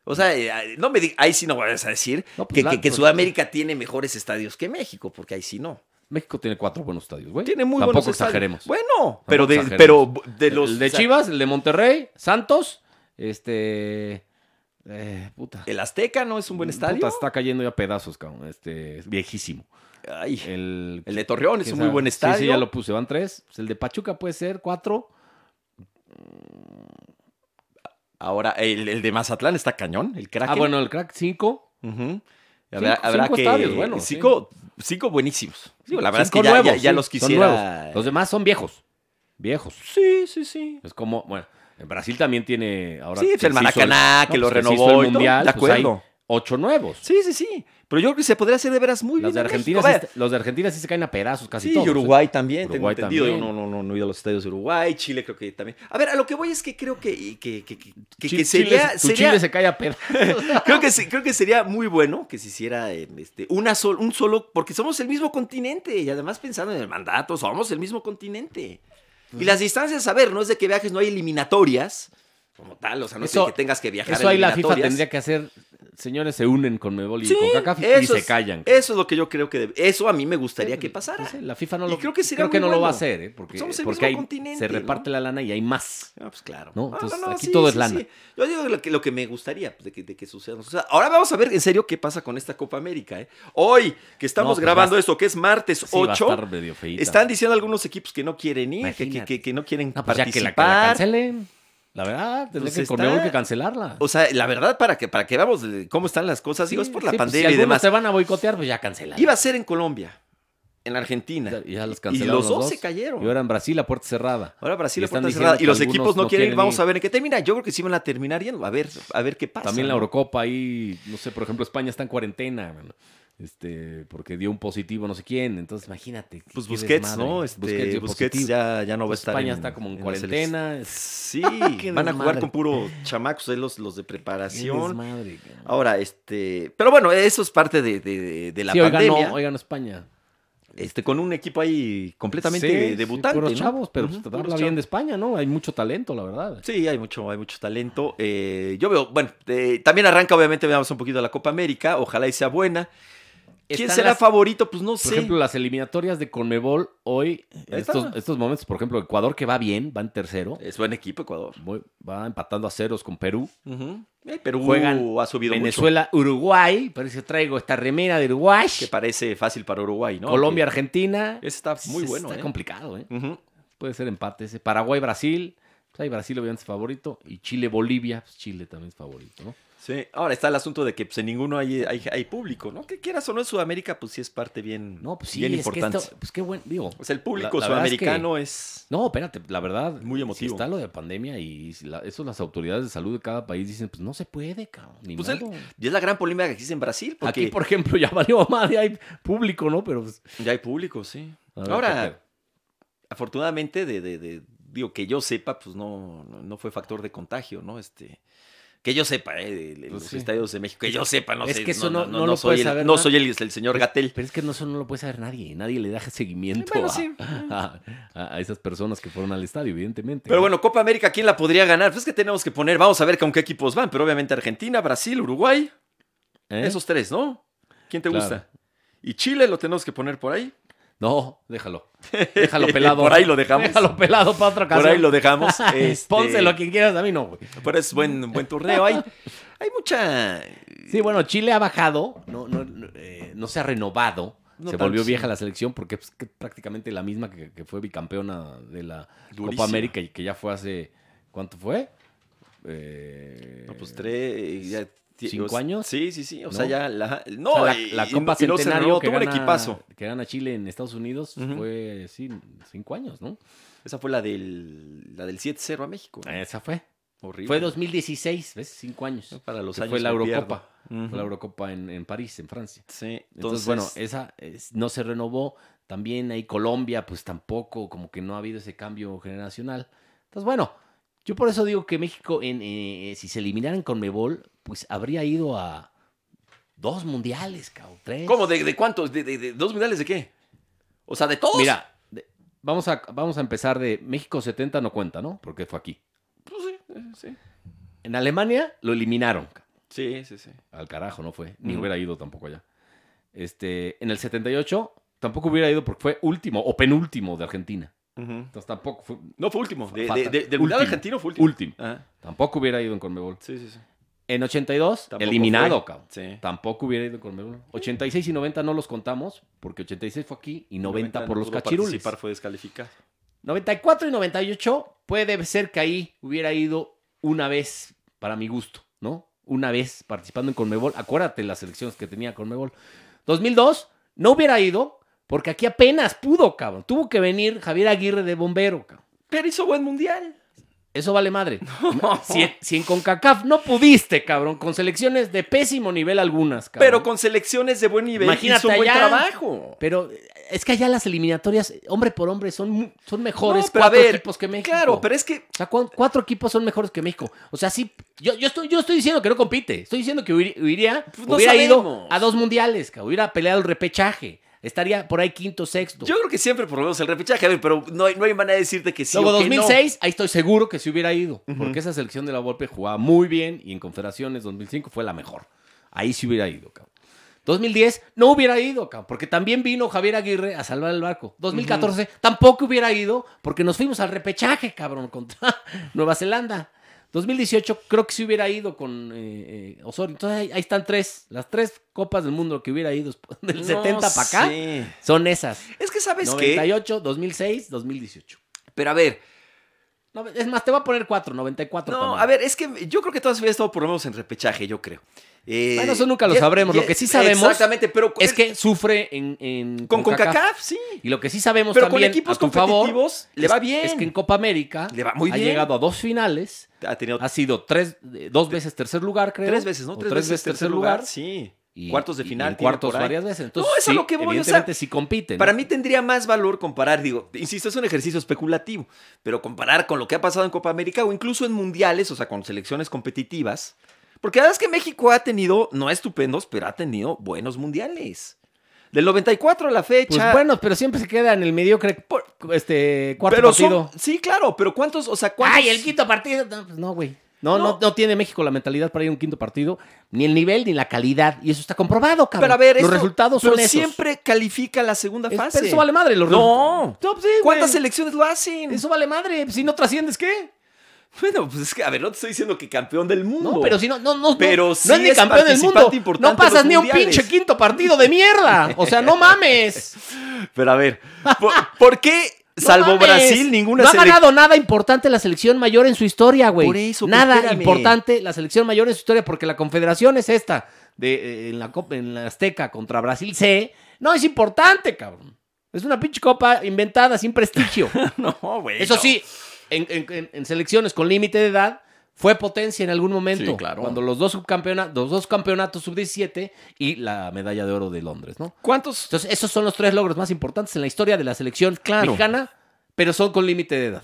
A: O sea, eh, no me digas, ahí sí no vas a decir
B: No, pues
A: que,
B: la-
A: que- que
B: pues-
A: Sudamérica tiene mejores estadios que México, porque ahí sí no.
B: México tiene cuatro buenos estadios, güey.
A: Tiene muy
B: Tampoco
A: buenos estadios.
B: exageremos.
A: Bueno, pero de,
B: exageremos.
A: pero de los.
B: el de
A: o sea,
B: Chivas, el de Monterrey, Santos, este. eh, puta.
A: El Azteca no es un buen estadio.
B: Puta, está cayendo ya a pedazos, cabrón. Este, es viejísimo.
A: Ay, el,
B: El,
A: de Torreón es
B: Eh, ¿quién
A: un muy
B: sabe?
A: buen
B: Sí,
A: estadio.
B: Sí, ya lo puse, van tres. Pues El de Pachuca puede ser cuatro.
A: Ahora, el, el de Mazatlán está cañón, el crack.
B: Ah, bueno, el crack cinco.
A: Habrá,
B: Cinco-
A: habrá
B: cinco
A: que. eh,
B: estadios, bueno, sí.
A: cinco, cinco buenísimos. Digo, la verdad es
B: Cinco
A: que ya, ya-
B: nuevos,
A: ya
B: sí,
A: los
B: son nuevos.
A: quisiera.
B: Los demás son viejos. Viejos.
A: Sí, sí, sí.
B: Es como, bueno, en Brasil también tiene ahora.
A: Sí, pues,
B: que
A: el
B: se hizo
A: Maracaná, que lo
B: pues, se hizo
A: renovó y
B: el
A: todo,
B: mundial,
A: de
B: pues, hay
A: acuerdo.
B: ocho nuevos.
A: Sí, sí, sí. Pero yo creo que se podría hacer de veras muy
B: Los
A: bien.
B: de,
A: en
B: Argentina
A: México.
B: sí, los de Argentina sí se caen a pedazos casi
A: Sí,
B: todos.
A: y Uruguay también,
B: Uruguay
A: tengo entendido.
B: también.
A: Yo no, no, no, no he ido a los estadios de Uruguay, Chile creo que también. A ver, a lo que voy es que creo que, que, que, que- que- que
B: Chi- ¿eh? Chile
A: sería,
B: se- tu
A: sería-
B: Chile se cae a pedazos.
A: creo, que, se- creo que sería muy bueno que se hiciera en este, una sol- un solo, porque somos el mismo continente y además pensando en el mandato, somos el mismo continente. Y las distancias, a ver, no es de que viajes, no hay eliminatorias como tal, o sea, no es de
B: Eso-
A: que tengas que viajar.
B: Eso ahí la FIFA
A: eliminatorias.
B: tendría que hacer señores se unen con Mebol y
A: Sí,
B: con CACAF y
A: eso
B: se
A: es-
B: callan. pues,
A: Eso es lo que yo creo que debe- eso a mí me gustaría que pasara.
B: No sé, la FIFA no
A: Y
B: lo
A: creo que sería
B: que no
A: muy
B: lo va a
A: bueno.
B: hacer, ¿eh? porque,
A: Somos el
B: porque
A: mismo
B: hay-
A: continente,
B: se reparte
A: ¿no?
B: la lana y hay más.
A: Ah, pues claro.
B: No, entonces, aquí todo es lana.
A: Yo digo lo que, lo que me gustaría pues, de que, de que suceda. O sea, ahora vamos a ver en serio qué pasa con esta Copa América. ¿eh? Hoy que estamos
B: No, pues,
A: grabando
B: va a-
A: esto, que es martes
B: Sí, va a
A: 8,
B: estar medio feíta.
A: están diciendo algunos equipos que no quieren ir, que, que,
B: Imagínate.
A: que- que no quieren
B: No, pues ya que
A: participar.
B: la, que la cancelen. La verdad, tendría
A: Pues
B: que
A: está-
B: con Conmebol que cancelarla.
A: o sea, la verdad, para que, para que veamos de cómo están las cosas, digo, es por la
B: Sí, pues,
A: pandemia y
B: si algunos
A: demás.
B: te van a boicotear, pues ya cancelan.
A: Iba a ser en Colombia, en Argentina.
B: Ya, ya los
A: y
B: cancelaron.
A: los dos se cayeron.
B: Y ahora en Brasil, la puerta cerrada.
A: Ahora Brasil
B: Y
A: la
B: están
A: puerta
B: diciendo
A: cerrada y
B: que
A: los
B: algunos
A: equipos no
B: no
A: quieren ir.
B: quieren
A: Vamos
B: ir.
A: a ver en qué termina. Yo creo que sí van a terminar yendo. A ver, a ver qué pasa.
B: También la
A: ¿no?
B: Eurocopa ahí, no sé, por ejemplo, España está en cuarentena, mano. Este, porque dio un positivo no sé quién. Entonces, imagínate.
A: Pues
B: qué
A: Busquets,
B: desmadre.
A: ¿no? Este,
B: Busquets dio
A: Busquets,
B: positivo.
A: ya, ya no va a
B: Entonces,
A: estar.
B: España
A: en-
B: está como en
A: la selección.
B: cuarentena. Ah,
A: Sí,
B: Qué
A: van a jugar
B: desmadre.
A: con puros chamacos, ahí los, los de
B: Qué
A: preparación.
B: desmadre, cabrón.
A: Ahora, este. Pero bueno, eso es parte de, de- de- de la
B: sí, hoy ganó,
A: pandemia.
B: hoy ganó España.
A: este, con un equipo ahí completamente
B: Sí, sí,
A: debutante.
B: puros
A: ¿no?
B: chavos, pero
A: Ujú,
B: pues,
A: puros
B: habla
A: chavos.
B: bien de España, ¿no? Hay mucho talento, la verdad.
A: Sí, hay mucho, hay mucho talento. Eh, yo veo, bueno, eh, también arranca, obviamente, veamos un poquito de la Copa América. Ojalá y sea buena. ¿Quién
B: Están
A: será
B: las-
A: favorito? Pues no
B: Por
A: sé.
B: ejemplo, las eliminatorias de Conmebol hoy, en
A: Ahí está.
B: estos, estos momentos, por ejemplo, Ecuador que va bien, va en tercero,
A: es buen equipo, Ecuador.
B: voy- va empatando a ceros con Perú.
A: Ujú. Eh, Perú
B: Juegan
A: ha subido mucho.
B: Venezuela, Uruguay, parece que traigo esta remera de Uruguay.
A: Que parece fácil para Uruguay, ¿no?
B: Colombia,
A: Que-
B: Argentina. Pues,
A: Ese está muy bueno,
B: Está
A: ¿eh?
B: complicado, ¿eh?
A: Ujú.
B: Puede ser empate ese. Paraguay, Brasil. Pues ahí Brasil obviamente es favorito. Y Chile, Bolivia. Pues Chile también es favorito, ¿no?
A: Sí, ahora está el asunto de que pues, en ninguno hay, hay, hay público, ¿no? Que quieras o no en Sudamérica, pues sí es parte bien,
B: No, pues sí,
A: bien
B: es que
A: importante.
B: esto- pues qué bueno, digo.
A: O sea, el público
B: La- la verdad es que-
A: sudamericano es,
B: No, espérate, la verdad.
A: Muy
B: si
A: emotivo.
B: está lo de pandemia y si la- eso las autoridades de salud de cada país dicen, pues no se puede, cabrón. ni
A: Pues el-
B: modo.
A: y es la gran polémica que existe en Brasil, porque
B: Aquí, por ejemplo, ya valió madre, hay público, ¿no? Pero pues,
A: ya hay público, sí.
B: a ver,
A: ahora,
B: ¿qué pedo?
A: afortunadamente, de, de- de- digo, que yo sepa, pues no, no, no fue factor de contagio, ¿no? Este... Que yo sepa, ¿eh? de- de
B: Pues
A: los
B: sí.
A: estadios de México. Que yo sepa, no
B: Es
A: sé.
B: que eso no- no lo
A: soy
B: puedes
A: el,
B: saber,
A: No
B: ¿no?
A: soy el, el señor Gatel.
B: Pero es que no, eso no lo puede saber nadie. Nadie le da seguimiento
A: Bueno,
B: a,
A: sí.
B: a- a- a esas personas que fueron al estadio, evidentemente.
A: Pero bueno, Copa América, ¿quién la podría ganar? Pues es que tenemos que poner, vamos a ver con qué equipos van, pero obviamente Argentina, Brasil, Uruguay,
B: ¿Eh?
A: esos tres, ¿no? ¿Quién te
B: Claro.
A: gusta? Y Chile lo tenemos que poner por ahí.
B: No, déjalo. Déjalo pelado.
A: Por ahí lo dejamos.
B: Déjalo pelado para otra ocasión.
A: Por ahí lo dejamos. Este,
B: Pónselo a quien quieras, a mí no, güey.
A: Pero es buen, buen torneo. Hay, hay mucha.
B: Sí, bueno, Chile ha bajado, no, no, no, eh, no se ha renovado.
A: No
B: se
A: tanto,
B: volvió
A: sí.
B: vieja la selección porque es que prácticamente la misma que, que fue bicampeona de la
A: Durísima.
B: Copa América y que ya fue hace. ¿Cuánto fue? Eh,
A: No, pues tres. ya-
B: ¿Cinco años?
A: Sí, sí, sí. O
B: ¿No?
A: sea, ya la. No,
B: o sea,
A: y-
B: la, la
A: y
B: Copa
A: no- y no se
B: Centenario
A: renovó,
B: que,
A: tuvo un
B: gana,
A: equipazo.
B: que gana Chile en Estados Unidos
A: Ujú.
B: fue, sí, cinco años, ¿no?
A: Esa fue la del, la del 7-0 a México. ¿no?
B: Esa fue.
A: Horrible.
B: Fue 2016, ¿ves? Cinco años.
A: Para los
B: que
A: años.
B: fue la
A: que pierdo.
B: Eurocopa.
A: Ujú.
B: Fue la Eurocopa en, en París, en Francia.
A: Sí,
B: Entonces, bueno, esa es- no se renovó. También ahí Colombia, pues tampoco, como que no ha habido ese cambio generacional. Entonces, bueno, yo por eso digo que México, en, eh, si se eliminaran con Mebol, pues habría ido a dos mundiales, cabrón, tres.
A: ¿Cómo? ¿De, de cuántos? ¿De, de, de dos mundiales de qué? O sea, de todos.
B: Mira, de- vamos, a, vamos a empezar de México 70 no cuenta, ¿no? Porque fue aquí.
A: Pues sí, eh, sí.
B: En Alemania lo eliminaron. ca-
A: Sí, sí, sí.
B: Al carajo, no fue. Ni
A: Ujú.
B: hubiera ido tampoco allá. Este, en el 78 tampoco hubiera ido porque fue último o penúltimo de Argentina.
A: Ujú.
B: Entonces tampoco fue,
A: No, fue último. De, de,
B: Fatal.
A: de- del mundial
B: Último.
A: argentino fue último.
B: Último.
A: Ajá.
B: Tampoco hubiera ido en Conmebol.
A: Sí, sí, sí.
B: En 82,
A: Tampoco
B: eliminado,
A: fue.
B: cabrón.
A: Sí.
B: Tampoco hubiera ido en Conmebol. 86 y 90 no los contamos, porque 86 fue aquí y 90, por
A: no
B: los
A: pudo
B: cachirules.
A: participar, fue descalificado.
B: 94 y 98 puede ser que ahí hubiera ido una vez, para mi gusto, ¿no? Una vez participando en Conmebol. Acuérdate las selecciones que tenía Conmebol. 2002 no hubiera ido, porque aquí apenas pudo, cabrón. Tuvo que venir Javier Aguirre de bombero, cabrón.
A: Pero hizo buen mundial.
B: Eso vale madre. Si, en- si en CONCACAF no pudiste, cabrón, con selecciones de pésimo nivel algunas, cabrón.
A: Pero con selecciones de buen nivel
B: Imagínate
A: hizo un buen
B: allá.
A: trabajo.
B: Pero eh, es que allá las eliminatorias, eh, hombre por hombre, son, mu- son mejores
A: No, pero a
B: cuatro
A: ver,
B: equipos que México.
A: Claro, pero es que
B: O sea, cu- cuatro equipos son mejores que México. O sea, sí, yo, yo, estoy, yo estoy diciendo que no compite. Estoy diciendo que huir- huiría,
A: Pues no
B: hubiera
A: sabemos.
B: ido a dos mundiales, cabrón. Hubiera peleado el repechaje. Estaría por ahí quinto, sexto.
A: yo creo que siempre por lo menos el repechaje. A ver, pero no hay, no hay manera de decirte que sí
B: Luego
A: o que no.
B: 2006, ahí estoy seguro que se hubiera ido,
A: Ujú.
B: porque esa selección de la Volpe jugaba muy bien y en Confederaciones 2005 fue la mejor. Ahí sí hubiera ido, cabrón. 2010 no hubiera ido, cabrón, porque también vino Javier Aguirre a salvar el barco. 2014 tampoco hubiera ido porque nos fuimos al repechaje, cabrón, contra Nueva Zelanda. 2018 creo que sí hubiera ido con eh, eh, Osorio. Entonces ahí, ahí están tres, las tres copas del mundo que hubiera ido después del
A: No
B: 70 para acá
A: sé.
B: son esas.
A: Es que sabes qué.
B: 98, 2006, 2018.
A: Pero a ver,
B: No, es más, te voy a poner cuatro, 94.
A: no,
B: también.
A: a ver, es que yo creo que todas habían estado por lo menos en repechaje, yo creo. Eh,
B: Bueno, eso nunca lo
A: ya-
B: sabremos. Lo
A: ya-
B: que sí sabemos
A: Exactamente, pero
B: Es que sufre en, en
A: con
B: CONCACAF.
A: CONCACAF, sí.
B: Y lo que sí sabemos
A: Pero con
B: también,
A: equipos
B: a tu favor,
A: competitivos le
B: es-
A: va bien.
B: Es que en Copa América
A: Le va muy
B: ha
A: bien.
B: llegado a dos finales.
A: ha tenido
B: Ha sido tres, eh, dos veces tercer lugar, creo.
A: tres veces, ¿no?
B: o
A: Tres, veces tercer lugar. Sí.
B: y-
A: cuartos de
B: y- y
A: final.
B: en
A: tiene
B: cuartos
A: por ahí.
B: varias veces. Entonces,
A: No, eso es
B: sí,
A: lo que voy, o sea,
B: evidentemente sí compiten.
A: Para
B: ¿no?
A: mí tendría más valor comparar, digo, insisto, es un ejercicio especulativo, pero comparar con lo que ha pasado en Copa América o incluso en mundiales, o sea, con selecciones competitivas. Porque la verdad es que México ha tenido, no estupendos, pero ha tenido buenos mundiales. Del 94 a la
B: Pues
A: fecha.
B: bueno, pero siempre se queda en el mediocre por- este, cuarto
A: pero son-
B: partido.
A: sí, claro, pero ¿cuántos? O sea, ¿cuántos?
B: ¡Ay, el quinto partido! No, pues no, güey. No,
A: No.
B: no, no tiene México la mentalidad para ir a un quinto partido, ni el nivel, ni la calidad. Y eso está comprobado, cabrón.
A: Pero a ver,
B: los
A: esto-
B: resultados
A: pero
B: son esos.
A: siempre califica la segunda
B: Es-
A: fase.
B: pero eso vale madre. Los
A: No. eh,
B: resu- pues sí, güey.
A: ¿Cuántas selecciones lo hacen?
B: Eso vale madre. Si no trasciendes, ¿qué?
A: Bueno, pues es que, a ver, no te estoy diciendo que campeón del mundo.
B: No, pero si no, no, no,
A: Pero
B: no,
A: sí
B: no es ni
A: es
B: campeón del mundo.
A: participante importante
B: No pasas
A: en los
B: ni a un
A: mundiales.
B: pinche quinto partido de mierda. O sea, no mames.
A: Pero a ver, ¿por, por qué,
B: No
A: salvo
B: mames.
A: Brasil, ninguna
B: No ha
A: selec-
B: ganado nada importante la selección mayor en su historia, güey.
A: Por eso, pero
B: Nada
A: espérame.
B: importante la selección mayor en su historia, porque la confederación es esta, de, eh, en, la Copa, en la Azteca contra Brasil C. No es importante, cabrón. Es una pinche copa inventada, sin prestigio.
A: No, güey.
B: Eso
A: no.
B: sí, en, en- en- en selecciones con límite de edad, fue potencia en algún momento.
A: Sí, claro.
B: Cuando los dos, subcampeona- los dos campeonatos sub-17 y la medalla de oro de Londres, ¿no?
A: ¿Cuántos?
B: Entonces, esos son los tres logros más importantes en la historia de la selección
A: Claro.
B: mexicana, pero son con límite de edad.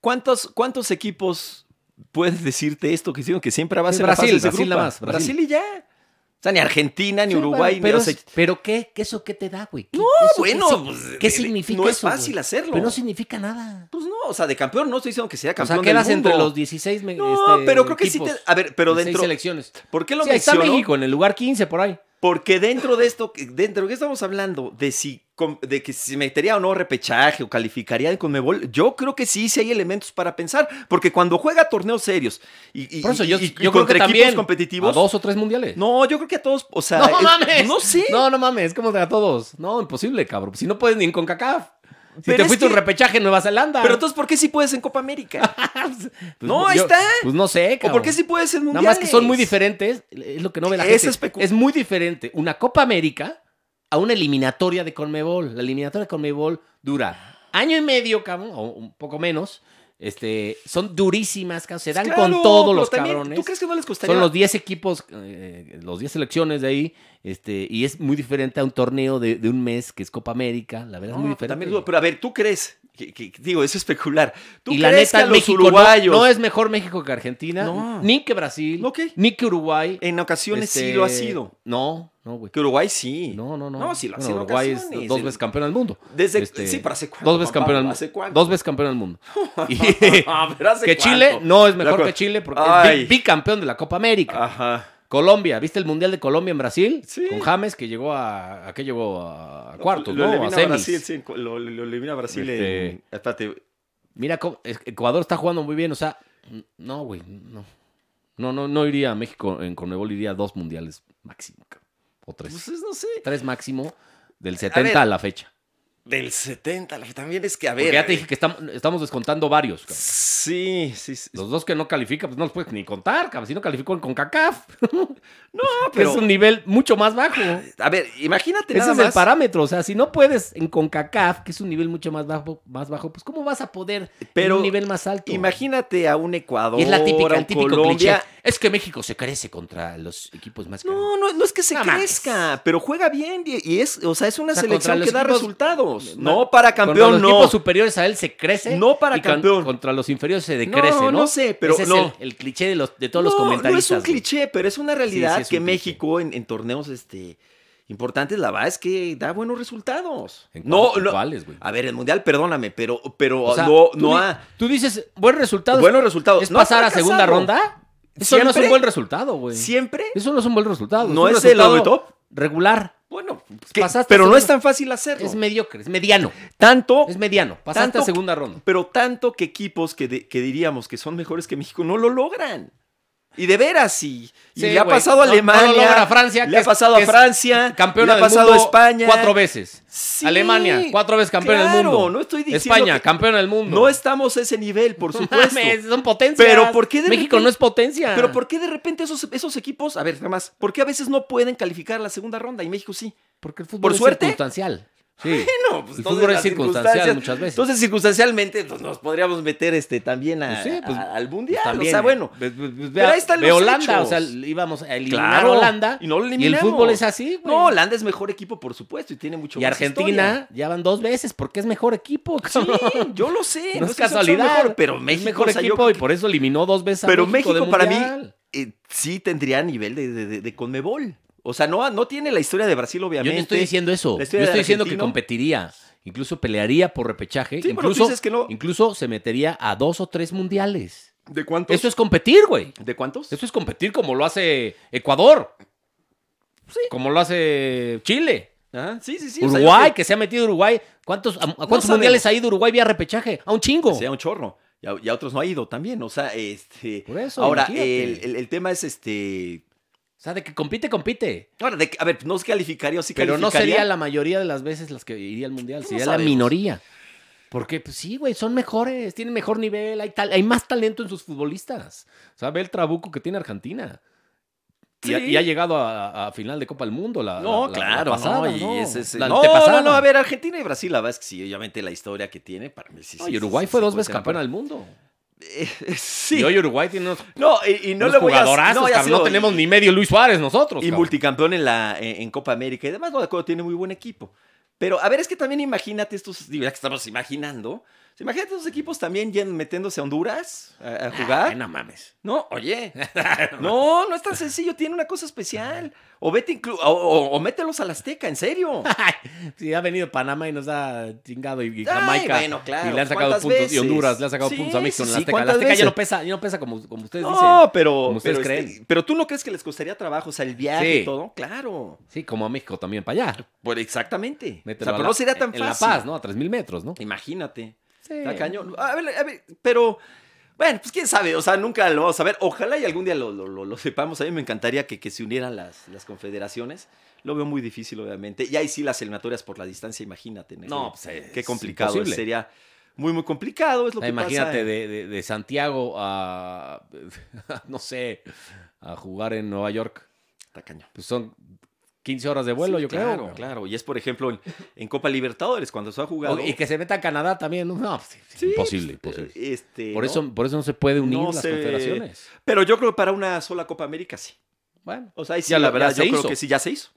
A: ¿Cuántos, ¿Cuántos equipos puedes decirte esto que digo que siempre va a
B: Es
A: ser
B: Brasil,
A: la fase de
B: Brasil
A: grupo?
B: nada más, Brasil.
A: Brasil y ya. O sea, ni Argentina, ni
B: Sí,
A: Uruguay,
B: bueno, pero,
A: ni. o sea,
B: es- pero ¿qué? ¿Qué eso qué te da, güey? ¿Qué-
A: No,
B: eso qué
A: bueno,
B: si-
A: pues,
B: ¿qué,
A: de- de-
B: significa
A: no es
B: eso, güey?
A: fácil hacerlo.
B: Pero no significa nada.
A: pues no, o sea, de campeón no estoy diciendo que sea
B: O sea,
A: campeón
B: quedas
A: del mundo.
B: entre los 16 me-
A: No,
B: este,
A: pero creo que sí
B: equipos,
A: te- a ver, pero
B: 16
A: dentro-
B: selecciones.
A: ¿Por qué lo
B: Sí, ahí está
A: menciono?
B: México en el lugar 15 por ahí.
A: Porque dentro de esto, dentro de qué estamos hablando, de si com- de que si metería o no repechaje o calificaría de Conmebol, yo creo que sí, sí hay elementos para pensar, porque cuando juega torneos serios y, y-
B: Por eso yo,
A: y- y
B: yo creo que
A: contra equipos
B: también
A: competitivos,
B: a dos o tres mundiales.
A: no, yo creo que a todos, o sea,
B: ¡No
A: el-
B: mames.
A: no sé,
B: No, no mames, es como de a todos. No, imposible, cabrón. Si no puedes ni en CONCACAF. Si
A: Pero
B: te
A: es
B: fuiste a un
A: que-
B: repechaje en Nueva Zelanda.
A: pero entonces ¿por qué sí puedes en Copa América?
B: Pues,
A: No, ahí
B: yo-
A: está.
B: Pues no sé,
A: ¿O
B: cabrón.
A: por qué sí puedes en
B: Nada
A: mundiales?
B: más que son muy diferentes, es lo que no ve la
A: Es
B: gente.
A: especu-
B: Es muy diferente una Copa América a una eliminatoria de Conmebol. La eliminatoria de Conmebol dura año y medio, cabrón, o un poco menos. Este, son durísimas, cabrón. Se dan
A: Claro,
B: con todos
A: pero
B: los
A: también,
B: cabrones.
A: ¿Tú crees que no les costaría?
B: Son los 10 equipos, eh, los 10 selecciones de ahí, este, y es muy diferente a un torneo de, de un mes que es Copa América, la
A: No,
B: verdad
A: pues,
B: es muy diferente.
A: también dudo, pero a ver, ¿tú crees? que- que- que- digo, eso es especular. ¿Tú
B: y la
A: crees
B: neta,
A: que a los
B: México no-
A: uruguayos
B: No, es mejor México que Argentina,
A: No.
B: ni que Brasil,
A: Ok.
B: ni que Uruguay.
A: en ocasiones sí
B: Este,
A: lo ha sido?
B: No, no, güey.
A: Que Uruguay sí.
B: No, no, no.
A: No, sí lo ha
B: Bueno,
A: sido en
B: Uruguay es
A: ocasiones.
B: dos
A: El-
B: veces campeón del mundo.
A: Desde-
B: Este,
A: sí, pero ¿hace cuánto?
B: Dos veces
A: papá?
B: campeón del mundo.
A: ¿Hace cuánto?
B: Dos veces campeón del mundo. Y-
A: Ah, pero ¿hace
B: que
A: cuánto?
B: Chile no es mejor
A: La-
B: que Chile porque
A: Ay.
B: es bi- bicampeón de la Copa América.
A: Ajá.
B: Colombia, ¿viste el Mundial de Colombia en Brasil?
A: Sí.
B: Con James que llegó a. ¿A qué llegó? A, a cuartos,
A: Lo
B: ¿no? A
A: elimina
B: semis.
A: Brasil, sí, lo, lo- lo elimina Brasil
B: Este-
A: en- Espérate.
B: Mira, cómo- es- Ecuador está jugando muy bien, o sea. n- No, güey, no. No, no, no iría a México en Conmebol, iría a dos mundiales máximo, cabrón. O
A: Pues
B: tres.
A: es, no sé.
B: Tres máximo del 70 a,
A: ver.
B: la fecha.
A: Del 70, la- también es que, a ver.
B: Porque ya te dije que estamos, estamos descontando varios, cabrón.
A: Sí, sí, sí.
B: Los dos que no califican, pues no los puedes ni contar, cabrón. Si no calificó en CONCACAF,
A: No,
B: que
A: pero.
B: es un nivel mucho más bajo.
A: A ver, imagínate
B: Ese
A: nada
B: es
A: más.
B: el parámetro. O sea, si no puedes en CONCACAF, que es un nivel mucho más bajo, más bajo pues ¿cómo vas a poder
A: Pero
B: en un nivel más alto?
A: Imagínate a un Ecuador.
B: Y es la típica,
A: a
B: el
A: un
B: típico
A: Colombia.
B: cliché. Es que México se crece contra los equipos más caros.
A: No, no, no es que se
B: No mames.
A: crezca, pero juega bien y y es, o sea, es una
B: O sea,
A: selección
B: contra
A: que
B: los
A: da
B: equipos-
A: resultados.
B: No,
A: No para
B: Contra
A: campeón,
B: los
A: no.
B: equipos superiores a él se crece.
A: No para
B: y con-
A: campeón.
B: Contra los inferiores se decrece,
A: No,
B: ¿no?
A: no sé, pero
B: Ese es
A: no.
B: el, el cliché de, los, de todos los
A: No,
B: comentaristas.
A: No es un
B: güey.
A: cliché, pero es una realidad
B: Sí, sí, es
A: que
B: un cliché.
A: México en, en torneos este, importantes, la verdad es que da buenos resultados.
B: ¿En
A: No,
B: cuál- en
A: no-
B: cuáles, güey?
A: A ver, el Mundial, perdóname, pero, pero
B: O sea,
A: no,
B: tú
A: no
B: di-
A: ha...
B: Tú dices, buen resultado.
A: Buenos resultados.
B: ¿Es
A: No ha
B: pasar a
A: fracasado.
B: segunda ronda? Eso no es un buen resultado, güey.
A: Siempre
B: Eso no es un buen resultado.
A: no
B: un
A: es el
B: resultado
A: over top.
B: Regular.
A: Bueno, que-
B: pasaste
A: pero no
B: segunda.
A: es tan fácil hacerlo.
B: Es mediocre, es mediano.
A: tanto,
B: Es mediano. Pasaste
A: Tanto-
B: a segunda ronda.
A: pero tanto que equipos que, de- que diríamos que son mejores que México no lo logran. Y de veras, sí. Y
B: Sí,
A: le ha
B: güey.
A: pasado a
B: No- no lo
A: Alemania.
B: logra Francia,
A: Le
B: que
A: ha
B: es-
A: pasado
B: que
A: a
B: es
A: Francia. le
B: Campeona del
A: ha pasado
B: mundo
A: a España.
B: cuatro veces.
A: Sí,
B: Alemania, cuatro veces campeona del
A: claro,
B: mundo.
A: no estoy diciendo
B: España,
A: que-
B: campeona del mundo.
A: No estamos a ese nivel, por supuesto.
B: Mames, son potencias.
A: Pero ¿por qué de
B: México
A: repente-
B: no es potencia?
A: Pero ¿por qué de repente esos, esos equipos, a ver, nada más, ¿por qué a veces no pueden calificar a la segunda ronda y México sí?
B: Porque el fútbol
A: ¿Por
B: es
A: suerte?
B: circunstancial. Sí.
A: Bueno, pues
B: El
A: entonces
B: fútbol es
A: las
B: circunstancial
A: circunstancias-
B: muchas veces.
A: Entonces, circunstancialmente, pues, nos podríamos meter este también a-
B: Pues sí, pues,
A: a- al Mundial.
B: También,
A: o sea, bueno.
B: ve- ve- ve-
A: pero
B: a-
A: ahí están
B: ve
A: los
B: Holanda,
A: hechos.
B: o sea, Íbamos a eliminar
A: Claro,
B: a Holanda.
A: y no lo
B: el
A: eliminamos.
B: fútbol es así, güey.
A: No, Holanda es mejor equipo, por supuesto, y tiene mucho
B: y
A: más
B: Argentina ya van dos veces porque es mejor equipo.
A: historia.
B: cabrón.
A: Sí, yo lo sé. estoy
B: No, es
A: diciendo que sea
B: casualidad.
A: mejor, pero
B: Es
A: México,
B: mejor
A: o sea, yo
B: equipo
A: creo
B: y por eso eliminó dos veces a
A: Pero
B: México.
A: México,
B: de
A: para mí
B: Mundial.
A: eh, sí tendría nivel de, de- de- de Conmebol. O sea, no, no tiene la historia de Brasil,
B: Yo
A: obviamente.
B: no estoy diciendo eso.
A: La
B: Yo
A: historia
B: estoy
A: del
B: diciendo que
A: argentino.
B: competiría. Incluso pelearía por repechaje.
A: Sí, pero tú
B: incluso,
A: dices que no.
B: incluso se metería a dos o tres mundiales.
A: ¿De cuántos?
B: Eso es competir, güey.
A: ¿De cuántos?
B: Eso es competir como lo hace Ecuador. Como lo hace Chile.
A: Ajá, Sí, sí, sí. o sea, yo
B: Uruguay,
A: sé-
B: que se ha metido Uruguay. ¿Cuántos, a, a cuántos
A: sabemos.
B: mundiales ha ido Uruguay vía repechaje? A un chingo.
A: sea un chorro. Y a, y a otros no ha ido también. O sea, este.
B: Por eso,
A: Ahora,
B: imagínate.
A: el, el- el tema es este.
B: O sea, de que compite, compite.
A: Ahora, de- a ver, no se calificaría o sí
B: Pero no
A: calificaría.
B: sería la mayoría de las veces las que iría al mundial.
A: No
B: Sería la
A: sabemos.
B: minoría. Porque, pues sí, güey, son mejores, tienen mejor nivel, hay, tal, hay más talento en sus futbolistas. O sea, ve el trabuco que tiene Argentina. Y, ha,
A: Sí.
B: y ha llegado a, a final de Copa del Mundo la
A: No,
B: la- la- la
A: claro,
B: pasada,
A: no, y
B: ¿no?
A: ese es-
B: La
A: no,
B: antepasada.
A: no, no, a ver, Argentina y Brasil, la verdad es que sí, obviamente la historia que tiene, para mí sí.
B: No,
A: sí,
B: y
A: sí,
B: Uruguay
A: sí,
B: fue
A: sí,
B: dos
A: puede
B: veces
A: ser
B: campeona
A: una-
B: del mundo.
A: Eh, sí.
B: Y hoy Uruguay tiene unos,
A: No, y, y no
B: unos
A: le voy a.
B: jugadorazos,
A: ya
B: cabrón.
A: sé,
B: No
A: y-
B: tenemos ni medio Luis Suárez nosotros.
A: Y
B: Pues, cabrón.
A: multicampeón en, la, eh, en, en Copa América y demás, no de acuerdo, tiene muy buen equipo. Pero, a ver, es que también imagínate estos, digo, ya que estamos imaginando, o sea, imagínate estos equipos también ya metiéndose a Honduras a, a jugar.
B: Ay, Ah, no mames.
A: No, oye. No, no es tan sencillo, tiene una cosa especial. O vete inclu- o, o- o mételos al Azteca, en serio.
B: Sí, ha venido Panamá y nos ha chingado y, y
A: Ay,
B: Jamaica.
A: bueno, claro,
B: Y le han sacado
A: ¿cuántas
B: puntos. Y
A: veces?
B: Honduras le ha sacado
A: Sí,
B: puntos a México en
A: sí,
B: la
A: sí,
B: Azteca. La
A: ¿cuántas
B: Azteca ya
A: veces?
B: no pesa, ya no pesa como, como ustedes dicen.
A: No, pero,
B: como ustedes
A: pero, este,
B: creen.
A: pero tú no crees que les costaría trabajo, o sea, el viaje
B: Sí.
A: y todo, claro.
B: Sí, como a México también para allá.
A: Pues exactamente. O
B: Mételo
A: sea,
B: a
A: pero
B: la-
A: no sería tan
B: en
A: fácil.
B: La Paz, ¿no? A 3.000 metros, ¿no?
A: Imagínate.
B: Sí.
A: Está cañón. A ver, a ver, pero. Bueno, pues quién sabe, o sea, nunca lo vamos a ver. Ojalá y algún día lo, lo- lo- lo sepamos. A mí me encantaría que, que se unieran las, las confederaciones. Lo veo muy difícil, obviamente. Y ahí sí las eliminatorias por la distancia, imagínate. negro.
B: No, pues, es
A: Qué complicado.
B: imposible.
A: Sería muy, muy complicado. Es lo
B: Ah,
A: que
B: imagínate
A: pasa.
B: de, de- de Santiago a, no sé, a jugar en Nueva York.
A: Está cañón.
B: Pues son 15 horas de vuelo,
A: Sí,
B: yo
A: claro,
B: creo.
A: Claro, y es, por ejemplo, en, en Copa Libertadores, cuando se ha jugado.
B: O- Y que se meta a Canadá también. No, No, pues,
A: Sí,
B: imposible,
A: pues,
B: imposible.
A: Este,
B: Por
A: ¿no?
B: eso, por eso no se puede unir
A: No
B: las
A: sé.
B: confederaciones.
A: Pero yo creo que para una sola Copa América sí.
B: Bueno,
A: O sea, ahí sí,
B: Ya
A: la
B: la-
A: verdad,
B: ya
A: yo
B: se
A: creo
B: hizo.
A: que sí, ya se hizo.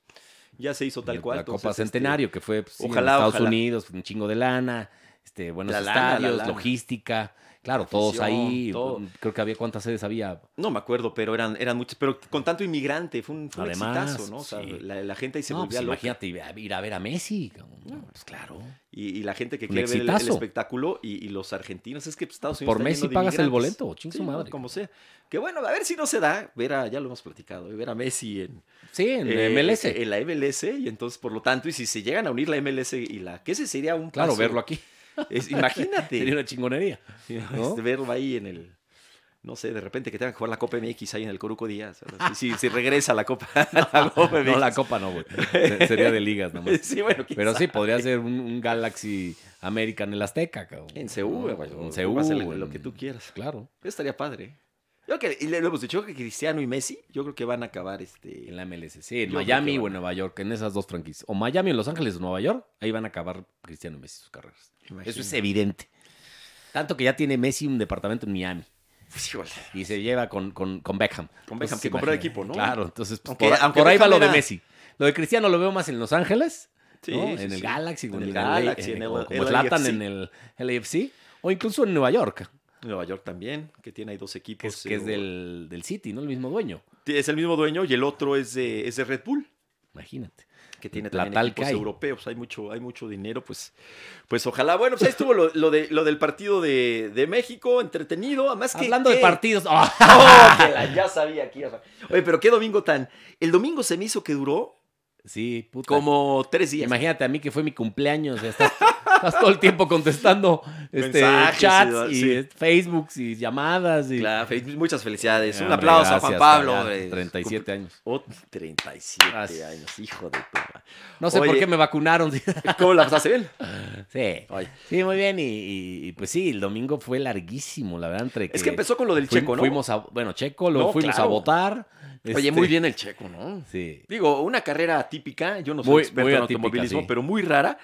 A: Ya se hizo tal
B: la-
A: cual.
B: La Copa
A: entonces, este,
B: Centenario, que fue pues, sí,
A: ojalá,
B: en Estados
A: ojalá.
B: Unidos, un chingo de lana, este, buenos
A: La lana, la
B: estadios,
A: lana.
B: logística. Claro,
A: La
B: todos
A: afición,
B: ahí. mm,
A: todo.
B: Creo que había cuántas sedes había.
A: No me acuerdo, pero eran, eran muchos. Pero con tanto inmigrante, fue un, fue un
B: Además,
A: exitazo, ¿no? O sea,
B: sí.
A: la, la gente ahí se
B: no,
A: volvía
B: pues,
A: loca.
B: imagínate ir a- ir a ver a Messi. cabrón. No, pues claro.
A: Y, y la gente que
B: Un
A: quiere ver el- el,
B: exitazo.
A: espectáculo y, y los argentinos. Es que pues, Estados Unidos.
B: Por
A: está
B: Messi
A: lleno de
B: pagas el
A: inmigrantes.
B: boleto, ching su
A: Sí, ¿no?
B: madre.
A: Como sea. Que bueno, a ver si no se da. Ver a- ya lo hemos platicado, ¿eh? ver a Messi en,
B: Sí, en
A: eh,
B: MLS.
A: en la MLS. Y entonces, por lo tanto, y si se llegan a unir la MLS y la. que ese sería un.
B: claro,
A: paso.
B: verlo aquí.
A: Es- imagínate.
B: Sería una chingonería. ¿no?
A: Este, verlo ahí en el. No sé, de repente que tenga que jugar la Copa MX ahí en el Coruco Díaz. ¿verdad? Sí, sí, sí, regresa la Copa. la Copa
B: No,
A: MX.
B: la copa no, güey. Se- Sería de ligas nomás.
A: Sí, bueno, quién
B: Pero sí,
A: sabe.
B: podría ser un, un Galaxy América en el Azteca, cabrón.
A: En Seúl,
B: No,
A: güey, o-
B: En
A: o
B: Seúl.
A: hacer lo- lo
B: en-
A: que tú quieras.
B: Claro.
A: Eso estaría padre. ¿eh? Yo creo que, y le, lo hemos dicho, yo creo que Cristiano y Messi, yo creo que van a acabar este.
B: En la MLS, sí, en
A: Yo creo
B: Miami
A: que
B: o
A: van
B: en Nueva York, en esas dos franquicias. O Miami o Los Ángeles o Nueva York, ahí van a acabar Cristiano y Messi sus carreras. Eso es
A: Imagínate.
B: em, evidente. Tanto que ya tiene Messi un departamento en Miami
A: Híjole.
B: y se lleva con, con, con Beckham.
A: Con Beckham,
B: Entonces,
A: que compró el
B: imagínate.
A: equipo, ¿no?
B: Claro, entonces pues,
A: Aunque-
B: por,
A: aunque
B: por ahí va
A: Beckham
B: lo de
A: era-
B: Messi. Lo de Cristiano lo veo más en Los Ángeles,
A: Sí,
B: ¿no?
A: sí,
B: en el
A: sí.
B: Galaxy, o
A: En
B: en
A: el
B: el
A: Galaxy,
B: Galaxy,
A: en el-
B: o como
A: el
B: Zlatan
A: LAFC.
B: en el LAFC, o incluso en Nueva York,
A: Nueva York también, que tiene ahí dos
B: que
A: equipos.
B: es, que es
A: eh,
B: del, del City, ¿no? El mismo dueño,
A: Es el mismo dueño y el otro es de, es de Red Bull.
B: imagínate.
A: que tiene
B: La
A: también
B: tal
A: equipos
B: que hay.
A: europeos, hay mucho, hay mucho dinero, pues, pues ojalá. Bueno, pues ahí estuvo lo, lo de, lo del partido de, de México, entretenido, además que... eh,
B: Hablando de
A: que-
B: partidos. ¡ah!
A: ¡Oh, que la- ya sabía aquí. Oye, pero qué domingo tan... El domingo se me hizo que duró
B: Sí, puta.
A: como tres días.
B: Imagínate a mí que fue mi cumpleaños. ya Estás, estás todo el tiempo contestando este,
A: Mensajes,
B: chats y,
A: sí.
B: Facebook y llamadas. Y...
A: Claro, Feliz- muchas felicidades. Un
B: Hombre,
A: aplauso a Juan
B: gracias,
A: Pablo.
B: ya,
A: hombre.
B: 37 años.
A: Oh, 37
B: Gracias.
A: años, hijo de puta.
B: No sé por
A: Oye.
B: qué me vacunaron. sí.
A: ¿Cómo la pasaste bien? Oye,
B: Sí, muy bien. Y, y- y pues sí, el domingo fue larguísimo, la verdad. Entre
A: Es que empezó con lo del
B: fui-
A: checo, ¿no?
B: Fuimos a, bueno, Checo, luego
A: No,
B: fuimos
A: claro.
B: a votar.
A: Oye,
B: este,
A: muy bien el checo, ¿no?
B: Sí.
A: Digo, una carrera atípica, yo no soy
B: Muy-
A: experto
B: muy
A: en
B: atípica,
A: automovilismo,
B: sí.
A: pero muy rara.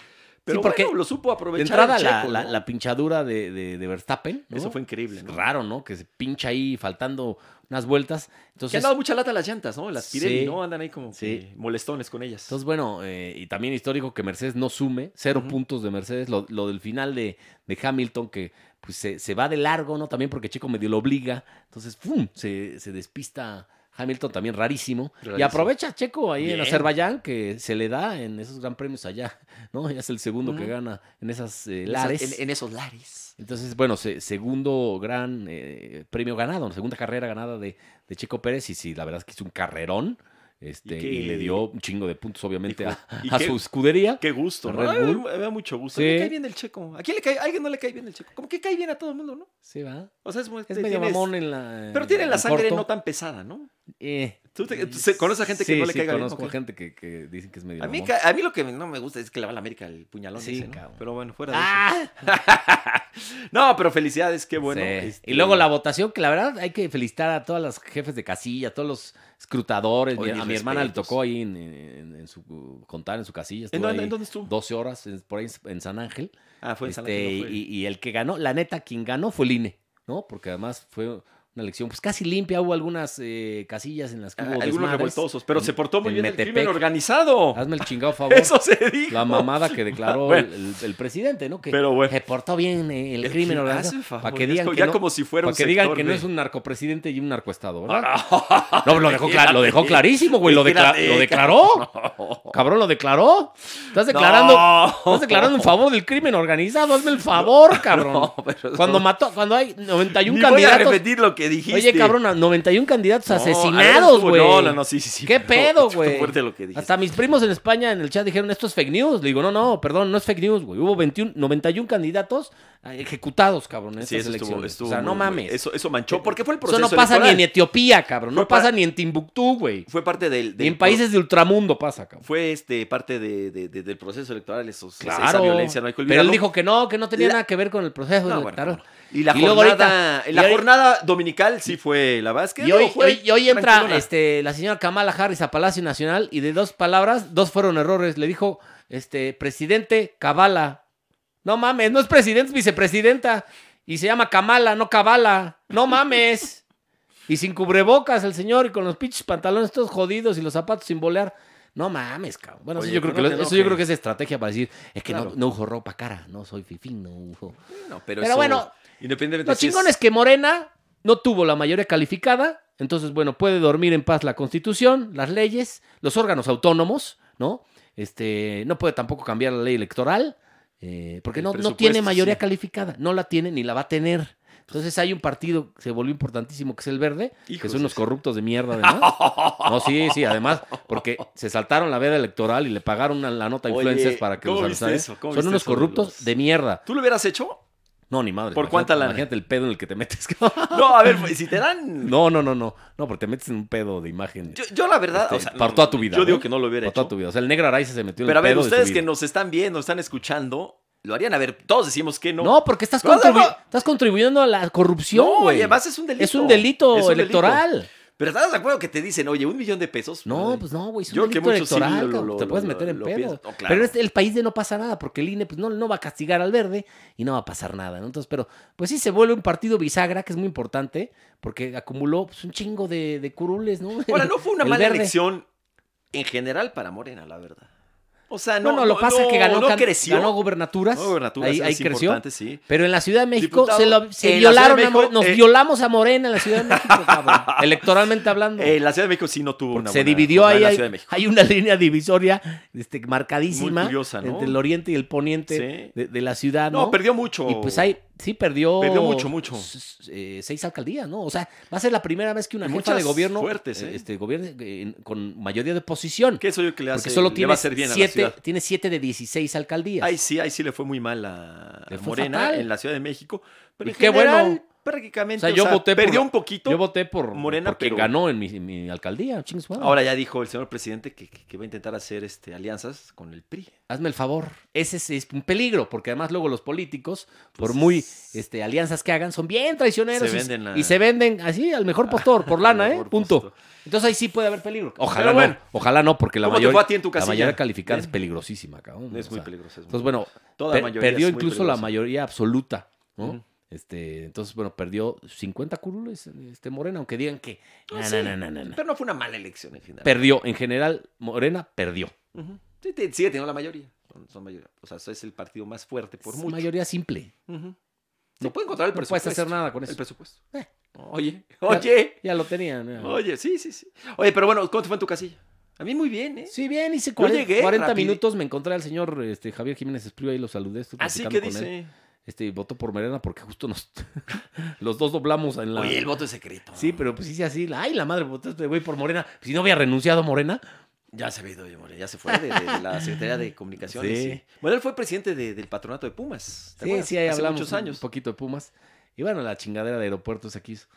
A: Pero
B: porque
A: bueno, lo supo
B: De
A: aprovechar.
B: entrada,
A: el
B: la,
A: Checo,
B: la-
A: ¿no?
B: la pinchadura de, de- de Verstappen. ¿no?
A: Eso fue increíble.
B: Es
A: ¿no?
B: raro, ¿no? Que se pincha ahí faltando unas vueltas.
A: que han
B: Entonces,
A: dado mucha lata a las llantas, ¿no? Las Pirelli,
B: Sí.
A: ¿no? Andan ahí como que
B: Sí.
A: molestones con ellas.
B: entonces, bueno, eh, y también histórico que Mercedes no sume, cero
A: Ujú.
B: puntos de Mercedes, lo, lo del final de, de Hamilton que pues, se, se va de largo, ¿no? También porque Checo medio lo obliga, entonces, ¡fum! Se, se despista Hamilton, también rarísimo. Y
A: Rarísimo.
B: aprovecha Checo ahí en
A: Bien.
B: Azerbaiyán, que se le da en esos gran premios allá, ¿no? Ya es el segundo que
A: Ujú.
B: gana en esas eh,
A: En esas-
B: lares.
A: En, en esos lares.
B: Entonces, bueno, se- segundo gran eh, premio ganado, segunda carrera ganada de, de Checo Pérez. Y sí, la verdad es que hizo un carrerón. Este,
A: Y
B: y,
A: que-
B: le dio un chingo de puntos, obviamente, a,
A: y
B: a
A: que-
B: su escudería.
A: Qué gusto, ¿no?
B: Red
A: Ay,
B: Bull.
A: Me da mucho gusto. ¿A
B: Sí.
A: quién le cae bien el checo? ¿A quién le cae? ¿A alguien no le cae bien el checo? Como que cae bien a todo el mundo, ¿no?
B: Sí, va.
A: O sea, es, eh, muy-
B: Es
A: te-
B: medio
A: tienes-
B: mamón en la.
A: Pero tiene la
B: en
A: sangre
B: corto.
A: no tan pesada, ¿no?
B: Eh,
A: ¿Tú te- tú se- conoces a gente que
B: sí,
A: no le
B: sí,
A: caiga bien?
B: conozco
A: Ok.
B: gente que, que dicen que es medio
A: A mí,
B: mamón.
A: ca- a mí lo que no me gusta es que le va a la América el puñalón
B: Sí,
A: ese, ¿no?
B: cabrón.
A: Pero bueno, fuera de
B: ¡Ah!
A: eso. No, pero felicidades, qué bueno.
B: Sí.
A: este-
B: Y luego la votación, que la verdad hay que felicitar a todas las jefes de casilla, a todos los escrutadores.
A: Oye,
B: Mi- a
A: mis
B: mi hermana le
A: respetos.
B: tocó ahí en, en- en su contar, en su casilla.
A: ¿En
B: estuvo
A: dónde,
B: ahí
A: en dónde estuvo?
B: 12 horas en- por ahí en San Ángel.
A: Ah, fue en San
B: Este,
A: Ángel, no fue-
B: y, y el que ganó, la neta, quien ganó fue el INE, ¿no? Porque además fue una elección pues casi limpia. Hubo algunas eh, casillas en las que
A: Ah,
B: hubo
A: algunos
B: desmadres.
A: revoltosos, pero
B: en-
A: se portó muy
B: en
A: bien el
B: Metepec.
A: crimen organizado.
B: Hazme el chingado favor.
A: Eso se dijo.
B: La mamada que declaró
A: Bueno.
B: el, el presidente, ¿no? Que
A: Pero bueno.
B: se portó bien eh, el, crimen
A: Hazme
B: organizado.
A: favor,
B: Para que
A: es
B: digan
A: como-
B: que
A: ya
B: no-
A: como si fuera un
B: para que digan
A: sector
B: que no
A: de-
B: es un narcopresidente y un narcoestado, ¿verdad?
A: Ah,
B: No, lo dejó, claro, lo dejó
A: Imagínate.
B: clarísimo, güey. Lo, decla-
A: Imagínate.
B: lo declaró.
A: no.
B: Cabrón, lo declaró. Estás declarando,
A: No.
B: estás declarando en favor del crimen organizado. Hazme el favor, cabrón.
A: No, pero eso-
B: cuando mató, cuando hay 91
A: Ni voy a
B: candidatos.
A: repetir lo que dijiste.
B: Oye, cabrón, a 91 candidatos
A: No, a ver,
B: asesinados,
A: estuvo-
B: güey.
A: No, no, no, sí, sí, sí.
B: ¿Qué
A: pero
B: pedo,
A: estuvo
B: güey?
A: fuerte lo que dijiste.
B: Hasta mis primos en España en el chat dijeron, esto es fake news. Le digo, no, no, perdón, no es fake news, güey. Hubo 21, 91 candidatos eh, ejecutados, cabrón, en
A: Sí,
B: estas
A: eso estuvo,
B: elecciones.
A: estuvo
B: o sea,
A: muy-
B: no
A: muy-
B: mames.
A: Eso, eso manchó. Porque fue el proceso
B: Eso no pasa
A: electoral.
B: ni en Etiopía, cabrón.
A: Fue
B: No
A: pa-
B: pasa ni en Timbuktu, güey.
A: Fue parte del...
B: Ni
A: del
B: en países de ultramundo pasa, cabrón.
A: Fue este, parte de, de- de- del proceso electoral, esos, esa-
B: Claro.
A: esa violencia, no hay que
B: Pero él
A: olvidarlo.
B: dijo que no, que no tenía
A: La-
B: nada que ver con el proceso
A: No, bueno,
B: electoral.
A: no. Y la
B: Y luego
A: jornada,
B: ahorita-
A: la
B: y hoy-
A: jornada dominical sí fue la básquet.
B: Y hoy, hoy- y hoy entra este, la señora Kamala Harris a Palacio Nacional y de dos palabras, dos fueron errores. Le dijo, este, presidente Kabala. No mames, no es presidente, es vicepresidenta. Y se llama Kamala, no Kabala. No mames. y sin cubrebocas el señor y con los pinches pantalones todos jodidos y los zapatos sin bolear. No mames, cabrón. Bueno,
A: Oye,
B: eso, yo creo
A: pero
B: que
A: no
B: lo-
A: te
B: eso yo
A: enojes.
B: creo que es estrategia para decir, es que
A: Claro.
B: no, no uso ropa cara, no soy fifín, no uso.
A: No, pero
B: eh, Pero
A: eso,
B: bueno,
A: independientemente
B: Lo
A: si es-
B: chingón es que Morena no tuvo la mayoría calificada, entonces, bueno, puede dormir en paz la Constitución, las leyes, los órganos autónomos, ¿no? Este, no puede tampoco cambiar la ley electoral, eh, porque
A: El
B: no, no
A: presupuesto,
B: tiene mayoría
A: sí.
B: calificada, no la tiene ni la va a tener. Entonces hay un partido que se volvió importantísimo, que es el verde, que
A: Hijos
B: son
A: de
B: unos
A: su-
B: corruptos de mierda, además. No, sí, sí, además, porque se saltaron la veda electoral y le pagaron una- la nota a
A: Oye,
B: influencers para que
A: ¿cómo
B: los
A: viste
B: arrestaran.
A: eso? ¿Cómo
B: Son
A: viste
B: unos
A: eso de
B: corruptos
A: los-
B: de mierda.
A: ¿Tú lo hubieras hecho?
B: No, ni madre.
A: ¿Por
B: imagínate-
A: cuánta lana?
B: Imagínate el pedo en el que te metes. cabrón.
A: No, a ver, pues, si te dan.
B: no, no, no, no. No, porque te metes en un pedo de imagen.
A: Yo, yo la verdad.
B: Este,
A: o sea,
B: para
A: no,
B: toda tu vida,
A: Yo
B: ¿no?
A: digo que no lo hubiera
B: por
A: hecho.
B: toda tu vida. O sea, el negro Araiza se metió en
A: Pero a
B: el
A: ver,
B: pedo de
A: ustedes
B: su
A: que
B: vida.
A: nos están viendo, están escuchando, lo harían. A ver, todos decimos que no.
B: No, porque estás,
A: No, no,
B: contribu-
A: no.
B: estás contribuyendo a la corrupción,
A: No,
B: güey.
A: y además es un delito.
B: Es un delito
A: Es un
B: electoral.
A: Pero estás de acuerdo que te dicen, oye, un millón de pesos.
B: No,
A: Madre.
B: pues no, güey, es un
A: Yo creo que
B: delito
A: muchos sí
B: electoral,
A: lo-
B: cabrón,
A: lo-
B: te
A: lo-
B: puedes
A: lo-
B: meter en
A: lo
B: pedo.
A: piensan. No, claro.
B: Pero este- el país de no pasa nada, porque el INE pues, no, no va a castigar al verde y no va a pasar nada, ¿no? Entonces, pero pues sí se vuelve un partido bisagra, que es muy importante, porque acumuló pues, un chingo de, de curules, ¿no?
A: Ahora, no fue una
B: El
A: mala
B: verde.
A: elección en general para Morena, la verdad. O sea, no.
B: No, no, lo pasa es que ganó,
A: no
B: can-
A: creció.
B: ganó gobernaturas.
A: No, gobernaturas,
B: ahí
A: eso
B: ahí
A: es
B: creció.
A: importante, sí.
B: Pero en la Ciudad de México se,
A: Diputado,
B: lo- se
A: en la Ciudad de
B: violaron, a
A: México,
B: More- nos
A: eh,
B: violamos a Morena en la Ciudad de México, cabrón. electoralmente hablando.
A: Eh, la Ciudad de México sí no tuvo
B: Porque
A: una
B: se
A: buena
B: dividió
A: jornada en
B: ahí,
A: la
B: hay,
A: Ciudad de México.
B: hay una línea divisoria este, marcadísima
A: Muy curiosa, ¿no?
B: entre el oriente y el poniente
A: Sí.
B: de, de la ciudad, ¿no?
A: No, perdió mucho.
B: Y pues ahí sí perdió.
A: Perdió mucho, mucho.
B: s- s- eh, seis alcaldías, ¿no? O sea, va a ser la primera vez que una jefa
A: Muchas
B: de gobierno.
A: fuertes, ¿eh?
B: Este gobierno con mayoría de oposición.
A: ¿Qué soy yo que le hace?
B: Porque solo
A: le
B: tiene
A: va a hacer bien a la
B: siete,
A: ciudad.
B: tiene siete de 16 alcaldías.
A: Ahí sí, ahí sí le fue muy mal a
B: Le fue
A: Morena
B: fatal.
A: en la Ciudad de México. Pero
B: Y
A: en
B: qué
A: general,
B: bueno.
A: prácticamente.
B: O sea, yo voté por
A: Perdió
B: la-
A: un poquito.
B: Yo voté por
A: Morena,
B: porque
A: pero-
B: ganó en mi, en mi alcaldía. chingue su madre.
A: Ahora ya dijo el señor presidente que, que- que va a intentar hacer este, alianzas con el PRI.
B: Hazme el favor. Ese es, es un peligro, porque además luego los políticos, por muy este, alianzas que hagan, son bien traicioneros
A: Pues Se
B: y-
A: venden la- Ah,
B: y, se venden así al mejor postor, por lana, ¿eh?
A: Mejor
B: Punto.
A: postor.
B: Entonces ahí sí puede haber peligro. Ojalá
A: Pero
B: no,
A: bueno.
B: ojalá no, porque la
A: ¿Cómo te
B: mayoría,
A: fue a ti en tu
B: la
A: casilla?
B: mayoría calificada es
A: Bien.
B: peligrosísima, cabrón.
A: Es
B: O
A: muy
B: sea,
A: peligroso. es muy
B: Entonces, bueno,
A: Toda
B: per-
A: mayoría
B: perdió
A: es muy
B: incluso la
A: peligrosa.
B: mayoría absoluta, ¿no?
A: Ujú.
B: Este, entonces, bueno, perdió 50 curules este Morena, aunque digan que
A: Ah,
B: na,
A: sí.
B: na, na, na, na.
A: Pero no fue una mala elección en general.
B: perdió. En general, Morena perdió.
A: Ujú. Sí, te- sigue teniendo la mayoría. Son- son mayoría. O sea, es el partido más fuerte por
B: Es
A: mucho.
B: mayoría simple.
A: Ujú. No puede encontrar el
B: No
A: presupuesto.
B: puedes hacer nada con
A: El
B: eso.
A: presupuesto.
B: Eh.
A: Oye, oye,
B: Ya lo tenían. ¿eh? ya.
A: oye, sí, sí, sí. Oye, pero bueno, ¿cuánto fue en tu casilla? A mí muy bien, ¿eh?
B: Sí, bien, hice
A: Yo
B: 40,
A: llegué
B: 40
A: rapidi-
B: minutos. Me encontré al señor este, Javier Jiménez Espriu ahí lo saludé. estuve
A: Así que
B: platicando con él.
A: Ah, dice.
B: Este, votó por Morena porque justo nos. los dos doblamos en la.
A: Oye, el voto es secreto.
B: Sí, pero pues hice así. Ay, la madre, votó este güey por Morena. Si no había renunciado a Morena.
A: Ya se ha ido, oye, More, ya se fue de, de- de la Secretaría de Comunicaciones.
B: Sí.
A: sí. Bueno, él fue presidente de- del patronato de Pumas. ¿te
B: Sí,
A: acuerdas?
B: sí, ahí
A: Hace
B: hablamos.
A: muchos
B: Un
A: años.
B: poquito de Pumas. Y bueno, la chingadera de aeropuertos aquí. hizo.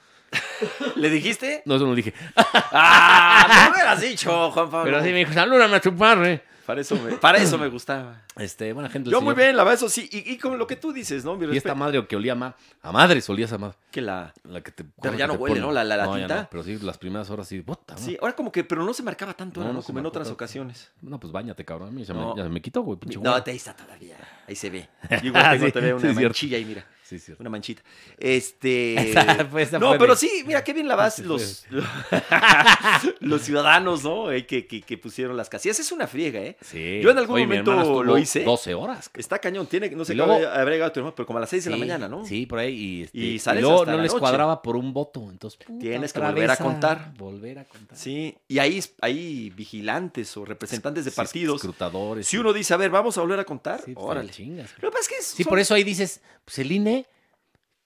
A: ¿Le dijiste?
B: No, eso no lo dije.
A: ¡Ah! No me hubieras dicho, Juan Pablo.
B: Pero así me dijo, salúdame a chupar, eh.
A: Para eso me, para eso me gustaba.
B: Este, buena gente. el
A: Yo
B: señor.
A: muy bien, la verdad, eso sí. Y, y como lo que tú dices, ¿no? Mi
B: Y esta
A: respeto.
B: madre que olía ma- a madre, solía esa madre.
A: Que la.
B: La que te,
A: Pero ya
B: que
A: no
B: te
A: huele, ¿no? La- la- la
B: ya
A: tinta.
B: no, pero sí, las primeras horas sí, bota.
A: Sí, ahora como que, pero no se marcaba tanto,
B: No,
A: ¿no?
B: no se
A: como en
B: marcó
A: otras
B: tanto.
A: ocasiones.
B: No, pues bañate, cabrón. a mí Ya,
A: No.
B: me, ya se me quitó, güey, pinche
A: No,
B: güey.
A: te ahí está todavía. Ahí se ve. Yo igual tengo
B: Sí,
A: todavía una
B: sí, es cierto.
A: manchilla ahí, mira.
B: Sí, sí.
A: Una manchita. Este.
B: Esa fue- esa
A: no,
B: fue
A: pero
B: de-
A: sí, mira qué bien la vas
B: Sí,
A: los, los ciudadanos, ¿no? Eh, que, que- que pusieron las casillas. Es una friega, ¿eh?
B: Sí.
A: Yo en algún
B: Oye, mi
A: momento
B: hermana estuvo
A: lo hice.
B: 12 horas. ca-
A: Está cañón. Tiene, no sé
B: Y
A: qué
B: luego-
A: habrá llegado tu hermano, pero como a las 6 de la
B: Sí,
A: mañana, ¿no?
B: Sí, por ahí. Y, este,
A: Y sales
B: luego
A: hasta
B: no
A: la
B: les
A: noche.
B: cuadraba por un voto. Entonces, puta,
A: Tienes que
B: otra
A: volver a
B: vez
A: contar.
B: Volver a contar.
A: Sí. Y ahí hay vigilantes o representantes de
B: Sí,
A: partidos.
B: Escrutadores.
A: Si uno dice, a ver, vamos a volver a contar,
B: Sí, pues,
A: órale.
B: te chingas.
A: Lo que pasa es que
B: Sí,
A: son-
B: por eso ahí dices, pues el INE,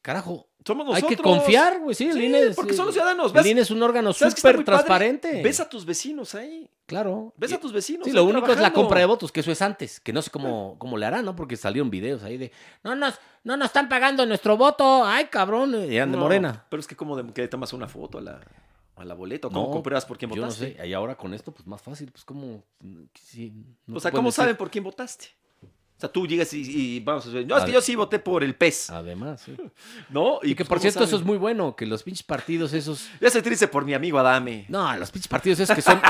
B: carajo,
A: somos
B: hay
A: nosotros.
B: que confiar, güey. Sí, el
A: Sí,
B: INE. es-
A: porque son los ciudadanos.
B: El
A: ¿Ves?
B: INE es un órgano
A: ¿Sabes qué está
B: súper
A: muy padre?
B: transparente.
A: Ves a tus vecinos ahí.
B: Claro.
A: Ves
B: Y-
A: a tus vecinos.
B: Sí,
A: ahí
B: lo único es la
A: trabajando. Eh.
B: compra de votos, que eso es antes, que no sé cómo, cómo le harán, ¿no? Porque salieron videos ahí de, no nos, no nos están pagando nuestro voto, ay cabrón, y eran de
A: No,
B: Morena.
A: Pero es que como de, que tomas una foto a la, a la boleta, o cómo
B: No,
A: compruebas por quién
B: Yo no
A: votaste.
B: sé, y ahora con esto, pues más fácil, pues cómo... sí, no
A: o
B: te
A: sea,
B: pueden
A: ¿cómo
B: decir.
A: saben por quién votaste? O sea, tú llegas y, y vamos a decir, no, es
B: A
A: que
B: ver.
A: yo sí voté por el pez,
B: Además, sí.
A: ¿no?
B: Y que
A: pues,
B: por
A: ¿cómo
B: cierto, eso es
A: saben?
B: muy bueno, que los pinches partidos esos...
A: Ya estoy triste por mi amigo Adame.
B: No, los pinches partidos esos que son,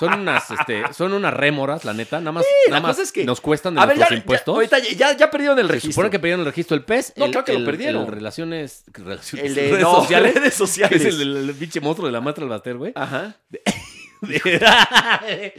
B: son unas, este, son unas rémoras, la neta, nada más, nada
A: la
B: más
A: cosa es que-
B: nos cuestan de
A: a ver, ya,
B: nuestros
A: ya-
B: impuestos.
A: ahorita ya, ya, ya perdieron el registro.
B: Se supone que perdieron el registro del PES.
A: No,
B: el,
A: claro que lo
B: el-
A: perdieron.
B: el relaciones, relaciones
A: el de
B: redes
A: no,
B: sociales.
A: redes
B: que
A: sociales.
B: es el, el- el pinche monstruo de la maestra Albater, güey.
A: Ajá.
B: De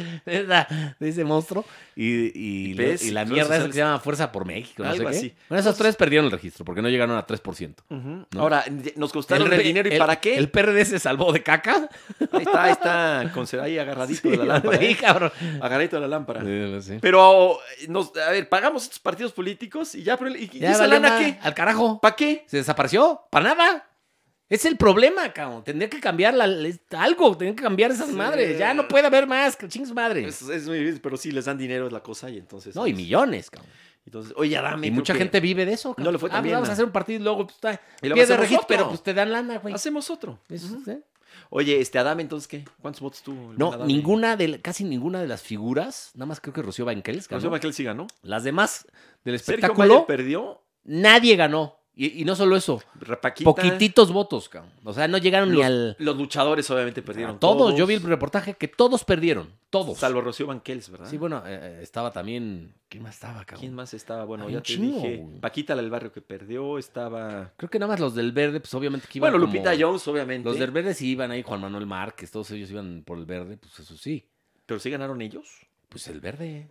B: de ese monstruo. Y, y,
A: Y PES,
B: y la
A: redes
B: mierda es que
A: sociales.
B: se llama Fuerza por México. No
A: Algo
B: sé qué.
A: así.
B: Bueno, esos tres perdieron el registro porque no llegaron a 3%.
A: Ujú.
B: ¿No?
A: Ahora, nos costaron el,
B: re-
A: dinero, ¿y
B: el-
A: para qué?
B: El PRD se salvó de caca.
A: Ahí está, ahí está, con ser- ahí agarradito de la lámpara. Ah.
B: Sí,
A: ¿eh?
B: cabrón.
A: Agarradito de la lámpara.
B: Sí, sí.
A: Pero, eh, nos, a ver, pagamos estos partidos políticos y ya, pero ¿y, y
B: Ya
A: esa
B: valió
A: lana
B: ma-
A: qué?
B: Al carajo.
A: ¿Para qué?
B: Se desapareció. Para nada. Es el problema, cabrón. Tendría que cambiar la- es- algo. Tendría que cambiar esas
A: Sí.
B: madres. Ya no puede haber más. que Chingues madre.
A: Es, es muy difícil, pero sí les dan dinero es la cosa y entonces. pues,
B: no, y millones, cabrón.
A: Entonces, oye, dame.
B: y mucha gente vive de eso, cabrón.
A: No le fue
B: Ah,
A: tan
B: pues
A: bien,
B: vamos
A: ¿no?
B: a hacer un partido y luego pues, está,
A: Y luego
B: pierde
A: hacemos
B: registro,
A: otro.
B: pero pues te dan lana, güey.
A: Hacemos otro.
B: Eso,
A: Ujú.
B: ¿sí?
A: Oye, este Adame, entonces, ¿qué? ¿Cuántos votos tuvo? el
B: No,
A: buen Adame?
B: ninguna de, la- casi ninguna de las figuras, nada más creo que Rocío Banquels
A: Rocío
B: ganó.
A: Maquel sí ganó.
B: Las demás del
A: Sergio
B: espectáculo,
A: Mayer perdió.
B: nadie ganó. Y, y no solo eso,
A: Rapaquita.
B: poquititos votos, cabrón. O sea, no llegaron ni
A: Los,
B: al...
A: los luchadores, obviamente, perdieron.
B: a todos. yo vi el reportaje que todos perdieron, todos.
A: Salvo Rocío Banquels, ¿verdad?
B: Sí, bueno, eh, eh, estaba también... ¿Quién más estaba, cabrón?
A: ¿Quién más estaba? Bueno,
B: Hay
A: ya
B: un
A: te
B: chingo,
A: dije.
B: güey.
A: Paquita la del barrio que perdió, estaba.
B: Creo que nada más los del verde, pues obviamente que iban
A: Bueno,
B: como-
A: Lupita Jones, obviamente.
B: Los del verde sí iban ahí, Juan Manuel Márquez, todos ellos iban por el verde, pues eso sí.
A: Pero sí ganaron ellos.
B: Pues el verde.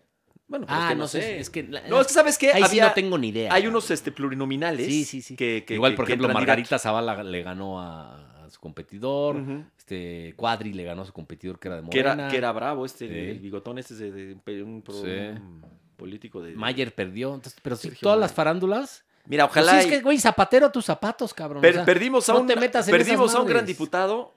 A: Bueno, pero
B: Ah,
A: es que
B: no sé.
A: Es
B: Es
A: que,
B: que, la- eh,
A: no, es que sabes qué?
B: ahí sí
A: Había-
B: no tengo ni idea.
A: Hay unos este, plurinominales.
B: Sí, sí, sí.
A: que- que-
B: Igual,
A: que-
B: por
A: que
B: ejemplo,
A: entran
B: Margarita Zavala le ganó a, a su competidor.
A: Ujú.
B: Este Cuadri le ganó a su competidor que era de
A: Que
B: Morena.
A: era, que era bravo este,
B: Sí.
A: el bigotón este de, de un pe- un, pro-
B: Sí.
A: un político de...
B: Mayer perdió. Entonces, pero sí,
A: Sergio
B: todas
A: Mayer.
B: las farándulas.
A: Mira, ojalá...
B: Pues sí,
A: y-
B: es que, güey, zapatero a tus zapatos, cabrón.
A: per-
B: o sea,
A: perdimos a
B: no
A: un,
B: te metas en
A: perdimos
B: esas
A: a un gran
B: madres.
A: diputado,